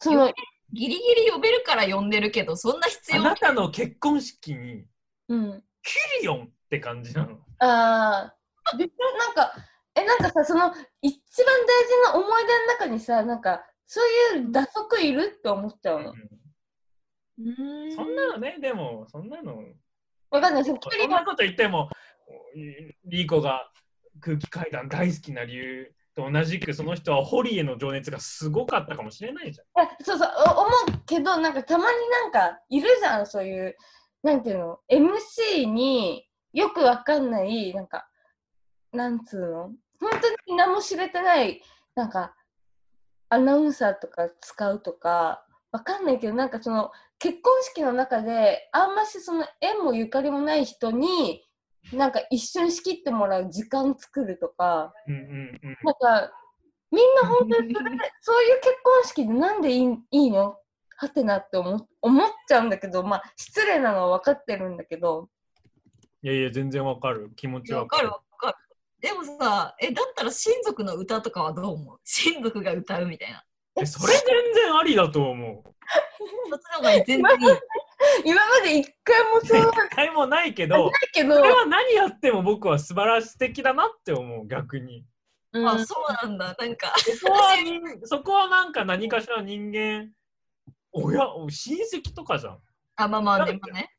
Speaker 2: その、
Speaker 1: ギリギリ呼べるから呼んでるけどそんな必
Speaker 3: あ
Speaker 1: 要
Speaker 3: なたの結婚式に
Speaker 2: うん、
Speaker 3: キュリオンって感じなの。
Speaker 2: ああ、別になんか、え、なんかさ、その一番大事な思い出の中にさ、なんかそういう打足いるって思っちゃうの。
Speaker 1: うん
Speaker 3: そんなのね、でも、そんなの。
Speaker 2: わかんない、その距
Speaker 3: そん
Speaker 2: 離
Speaker 3: な
Speaker 2: が、
Speaker 3: こと言っても、リーコが空気階段大好きな理由と同じくその人はホリーへの情熱がすごかったかもしれないじゃん。
Speaker 2: いやそうそうお思うけどなんかたまになんかいるじゃんそういうなんていうの MC によくわかんないなんかなんつうの本当に何も知れてないなんかアナウンサーとか使うとかわかんないけどなんかその結婚式の中であんましその縁もゆかりもない人になんか一瞬仕切ってもらう時間作るとか。
Speaker 3: うんうんうん
Speaker 2: なんか、みんな本当にそれで、そういう結婚式でなんでいいいいのはてなって思思っちゃうんだけど、まあ、失礼なのは分かってるんだけど、
Speaker 3: いやいや、全然わかる。気持ち
Speaker 1: わ
Speaker 3: わ
Speaker 1: か
Speaker 3: か
Speaker 1: る
Speaker 3: る。
Speaker 1: わかる。でもさ、え、だったら親族の歌とかはどう思う 親族が歌うみたいな。
Speaker 3: えそれ全然ありだと思う。
Speaker 1: そっちの方が全然いい。
Speaker 2: 今まで一回もそうだ
Speaker 3: 一回もないけど、
Speaker 2: けど
Speaker 3: そ、れは何やっても僕は素晴らしい素敵だなって思う、逆に。
Speaker 2: うん
Speaker 1: あ、そうなんだ。なんか、
Speaker 3: そこは人そこはなんか何かしらの人間、親、親戚とかじゃん。
Speaker 1: あ、まあまあ、でもね。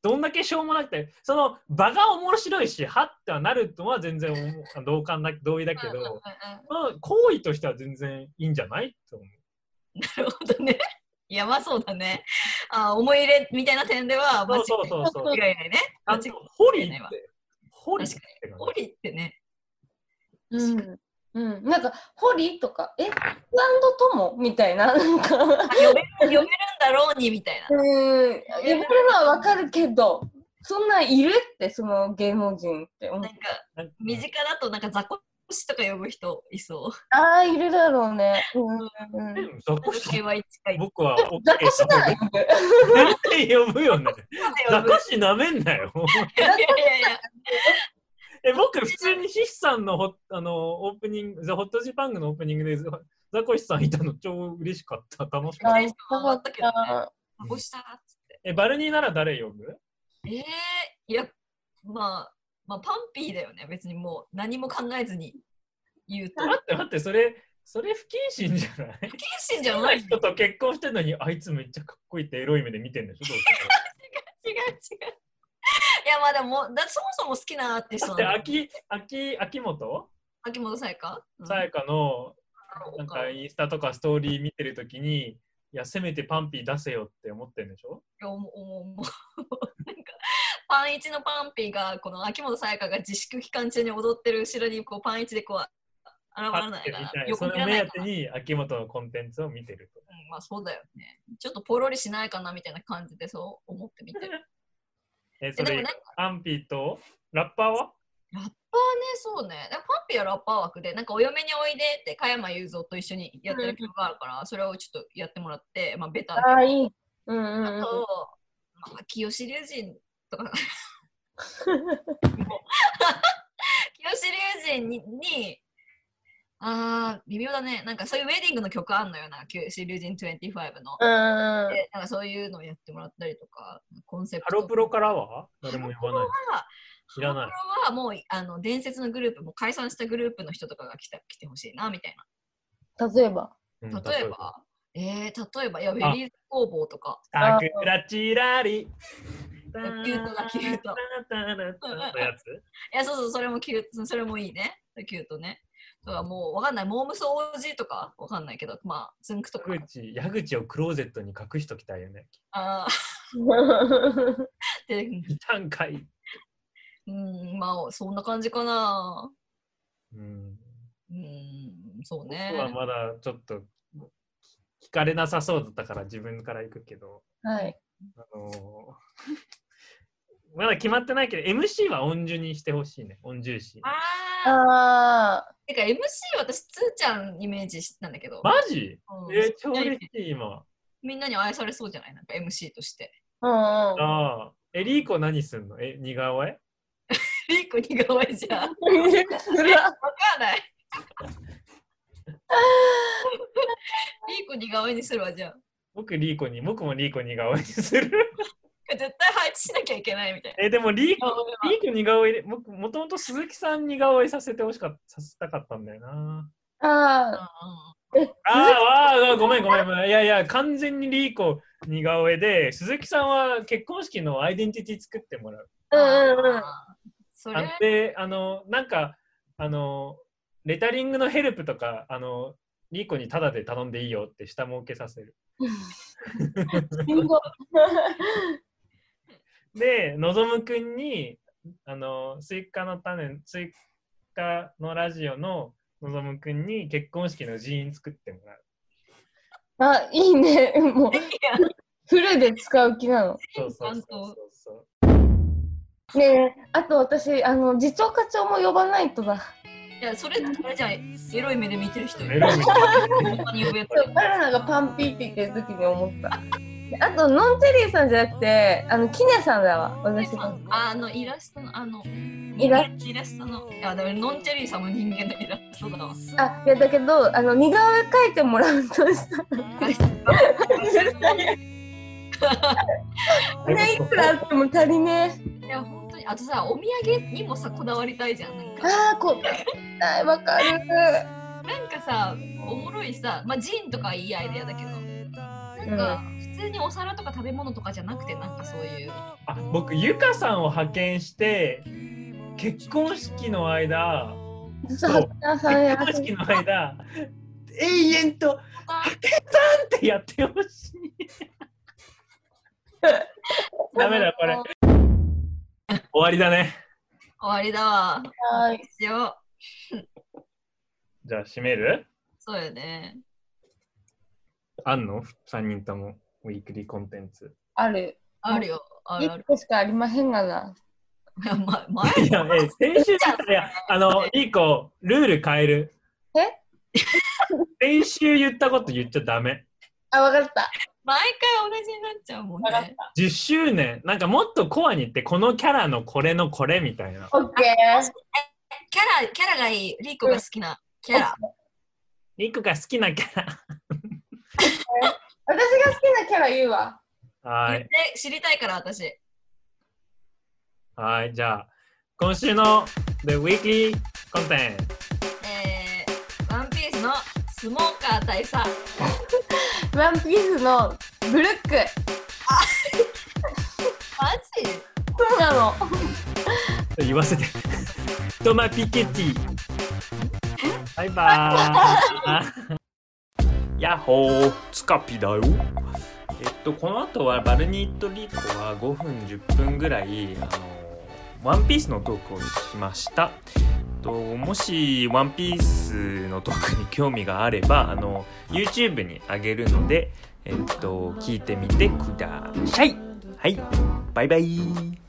Speaker 3: どんだけしょうもなくて、その場が面白いし、はってはなるとは全然思う同感だ同意だけ
Speaker 1: うんうんうんうん、
Speaker 3: ど
Speaker 1: な
Speaker 3: その行為としては全然いいんじゃないと思う。
Speaker 1: るほどね。やばそうだね。あ、思い入れみたいな点では、間違
Speaker 3: そうそうそうそう。
Speaker 1: いないね。間
Speaker 3: あ
Speaker 1: 違
Speaker 3: と
Speaker 1: い、
Speaker 3: ホリ
Speaker 1: 間違
Speaker 3: ーっ
Speaker 1: いないわ
Speaker 3: て、ホリーって感じ
Speaker 1: オリってね。
Speaker 2: うんうん、なんか、ホリとか、え、ランドトモみたいな、なんか、う
Speaker 1: あ読める読めるんだろうにみたいな。
Speaker 2: ーん、言われるのは分かるけど、そんなんいるって、その芸能人って思
Speaker 1: な
Speaker 2: うん
Speaker 1: か
Speaker 3: なんか
Speaker 1: 身近だとなんか雑魚シとか呼ぶ人いそう。
Speaker 2: ああ、いるだろうね。うんうん、
Speaker 3: うん雑魚
Speaker 1: 私
Speaker 3: し
Speaker 1: は近い。
Speaker 3: 僕は
Speaker 2: ザコシならいる。
Speaker 3: 絶対呼ぶよね。ザコシなめんなよ。
Speaker 1: いやい やいや。
Speaker 3: え僕、普通にシシさんのホあのオープニング、ザ・ホットジパングのオープニングでザザコシさんいたの超嬉しかった。楽しかっ
Speaker 1: あ
Speaker 3: た。
Speaker 1: テンション上がったけどね
Speaker 3: うん
Speaker 1: こうしたっつって。
Speaker 3: え、バルニーなら誰呼ぶ
Speaker 1: えー、いや、まあ、まあ、パンピーだよね。別にもう何も考えずに言うと。
Speaker 3: 待って待って、それ、それ不謹慎じゃない
Speaker 1: 不謹慎じゃ
Speaker 3: 好き
Speaker 1: な
Speaker 3: ない
Speaker 1: 違う
Speaker 3: 人と結婚してんのに、あいつめっちゃかっこいいってエロい目で見てんでしょどう
Speaker 1: 違う違う。いや、まあでも、だそも そも好きなアーティス
Speaker 3: せ
Speaker 1: ト
Speaker 3: だ
Speaker 1: な
Speaker 3: っ
Speaker 1: の。
Speaker 3: て、秋、秋、秋元
Speaker 1: 秋元さやか
Speaker 3: さやかの、
Speaker 1: う
Speaker 3: なんんかインスタとかストーリー見てるときに、いや、せめてパンピー出せよって思ってんでしょ
Speaker 1: いや思う思う思うなんかパンイチのパンピーがこの秋元さやかが自粛期間中に踊ってる後ろにこうパンイチでこう現
Speaker 3: パ
Speaker 1: れ
Speaker 3: ンっ
Speaker 1: な
Speaker 3: て
Speaker 1: い
Speaker 3: 見
Speaker 1: から
Speaker 3: たい。
Speaker 1: 横
Speaker 3: そ
Speaker 1: 切
Speaker 3: れ
Speaker 1: ら
Speaker 3: を目
Speaker 1: ないか
Speaker 3: 当て
Speaker 1: ら、
Speaker 3: に秋元のコンテンツを見てると。
Speaker 1: うん、まあそうだよねちょっとポロリしないかなみたいな感じでそう思ってみてる
Speaker 3: え、
Speaker 1: え
Speaker 3: そ
Speaker 1: でも
Speaker 3: れ
Speaker 1: なんか、
Speaker 3: パンピーとラッパーは
Speaker 1: ラッパーねそうねでもパンピーはラッパー枠でなんかお嫁においでって加山雄三と一緒にやってる曲があるからそれをちょっとやってもらってまあベタで
Speaker 2: ああ、いい。うんうん
Speaker 1: あ
Speaker 2: うん。
Speaker 1: と、まあ、清志隆人と かもう清志隆人ににあー微妙だねなんかそういうウェディングの曲あんのよな清志隆人25の、
Speaker 2: うんうん
Speaker 1: でなんかそういうのをやってもらったりとかコンセプ
Speaker 3: ハ
Speaker 1: ト
Speaker 3: ロプロからは誰も呼ばない。いらな
Speaker 1: ハ
Speaker 3: い
Speaker 1: ロプロはもうあの伝説のグループもう解散したグループの人とかが来た来てほしいなみたい
Speaker 2: 例えば。
Speaker 3: うん
Speaker 1: な例え。ば、えー、例えばいやベリーズ工房とか
Speaker 3: 桜ちらり。キ
Speaker 1: ュートだキュート
Speaker 3: のやつ
Speaker 1: いや、そうそう、それもキュート、それもいいね。キュートね。とか、もう、わかんない。モームス OG とかわかんないけど、まあ、つんくとか。
Speaker 3: 矢口矢口をクローゼットに隠しときたいよね。
Speaker 1: ああ、で、
Speaker 3: いたんかい。
Speaker 1: うん、まあ、そんな感じかな。
Speaker 3: うん。
Speaker 1: うん、そうね
Speaker 3: 僕。はまだちょっと聞かれなさそうだったから自分から行くけど、
Speaker 2: はい。
Speaker 3: あのー まだ決まってないけど、MC は音順にしてほしいね。音重視。
Speaker 1: ああ、
Speaker 2: ああ、
Speaker 1: てか MC 私、つーちゃんイメージしたんだけど、
Speaker 3: マジ
Speaker 1: うん
Speaker 3: えー、超嬉しい今。
Speaker 1: みんなに愛されそうじゃないなんか MC として。
Speaker 2: うんうん。
Speaker 3: ああ。え、リーコ何すんのえ、似顔絵
Speaker 1: リーコ似顔絵じゃん。わ
Speaker 2: つら
Speaker 1: かん ない。リーコ似顔絵にするわ、じゃあ。
Speaker 3: 僕リーコに、僕もリーコ似顔絵にする。
Speaker 1: 絶対配置しなきゃいけないみたいな。
Speaker 3: え、でもリー
Speaker 1: 似、
Speaker 3: コ
Speaker 1: 顔絵は
Speaker 3: リーコ似顔絵で、僕、もともと鈴木さん似顔絵させてほしかった、させたかったんだよな。
Speaker 2: あ
Speaker 1: う
Speaker 3: あーあー、ごめんごめんごめん。いやいや、完全にリーコ似顔絵で、鈴木さんは結婚式のアイデンティティ作ってもらう。
Speaker 2: あ、うん
Speaker 1: ん
Speaker 2: うん
Speaker 1: う
Speaker 2: うん
Speaker 1: ん。それ
Speaker 3: あで、あの、なんか、あの、レタリングのヘルプとか、あの、リーコにタダで頼んでいいよって下儲けさせる。
Speaker 2: 信号
Speaker 3: で、のぞむくんに、あの、スイカの種、スイカのラジオののぞむくんに結婚式の寺院作ってもらう。
Speaker 2: あ、いいね。もう、
Speaker 1: や
Speaker 2: フルで使う気なの。
Speaker 3: そうそ
Speaker 1: ちゃ
Speaker 3: うそう
Speaker 1: んと
Speaker 3: そうそう。
Speaker 2: ねえ、あと私、あの、次長課長も呼ばないとだ。
Speaker 1: いやそれあれじゃんエロい目で見てる人い
Speaker 3: エ
Speaker 1: る
Speaker 3: ロい目で
Speaker 1: ほんまに呼ぶやつ
Speaker 2: そうバナナがパンピーって言ってる時に思った。であと、ノンチェリーさんじゃなくて、あの、キネさんだわ。私が。
Speaker 1: あのイラストのあの
Speaker 2: イラ
Speaker 1: イラストのあでもノンチェリーさんも人間のイラストだわ
Speaker 2: あ、いや、だけど、あの、似顔絵描いてもらうとしたら。絶対ね、いくらあっても足りねえ。
Speaker 1: いや本当にあとさお土産にもさこだわりたいじゃんなんか
Speaker 2: ああ、こう、あーわかる。
Speaker 1: なんかさおもろいさまあジンとかいいアイデアだけどなんか普通にお皿とか食べ物とかじゃなくてなんかそういう
Speaker 3: あ僕ゆかさんを派遣して結婚式の間
Speaker 2: 実は、花さんや
Speaker 3: 結。婚式の間永遠と「ケンさん!」ってやってほしい ダメだこれ終わりだね
Speaker 1: 終わりだわ
Speaker 2: はい。
Speaker 1: 一応
Speaker 3: じゃあ締める
Speaker 1: そうよね
Speaker 3: あんの3人ともウィークリーコンテンツ
Speaker 2: ある。
Speaker 1: あるよあるあ
Speaker 2: 一
Speaker 1: る
Speaker 2: 個しかありまへんがな。
Speaker 1: いやま前
Speaker 3: いやえ先週言ったらいやあのいい子ルール変える
Speaker 2: え
Speaker 3: 先週言ったこと言っちゃダメ
Speaker 2: あ、わかった。
Speaker 1: 毎回同じになっちゃうもん
Speaker 2: わかっ
Speaker 1: ね
Speaker 3: 10周年なんかもっとコアにいってこのキャラのこれのこれみたいな
Speaker 2: た。オッケー。
Speaker 1: キャラキャラがいいリーコが好きなキャラ
Speaker 3: リクが好きなキャラ
Speaker 2: 私が好きなキャラ言うわ。
Speaker 3: は
Speaker 1: 言っ
Speaker 3: い
Speaker 1: て知りたいから私
Speaker 3: はいじゃあ今週の The Weekly Content
Speaker 1: えー、ワンピースのスモーカー大佐
Speaker 2: ワンピースのブルック。
Speaker 1: マジ
Speaker 2: そうなの。
Speaker 3: と言わせて トマピケティバイバ ーイやっほーつかぴだよえっとこの後はバルニーとリーコは5分10分ぐらいあのワンピースのトークをしましたえっともしワンピースのトークに興味があればあの YouTube にあげるのでえっと聞いてみてくださいはいバイバイ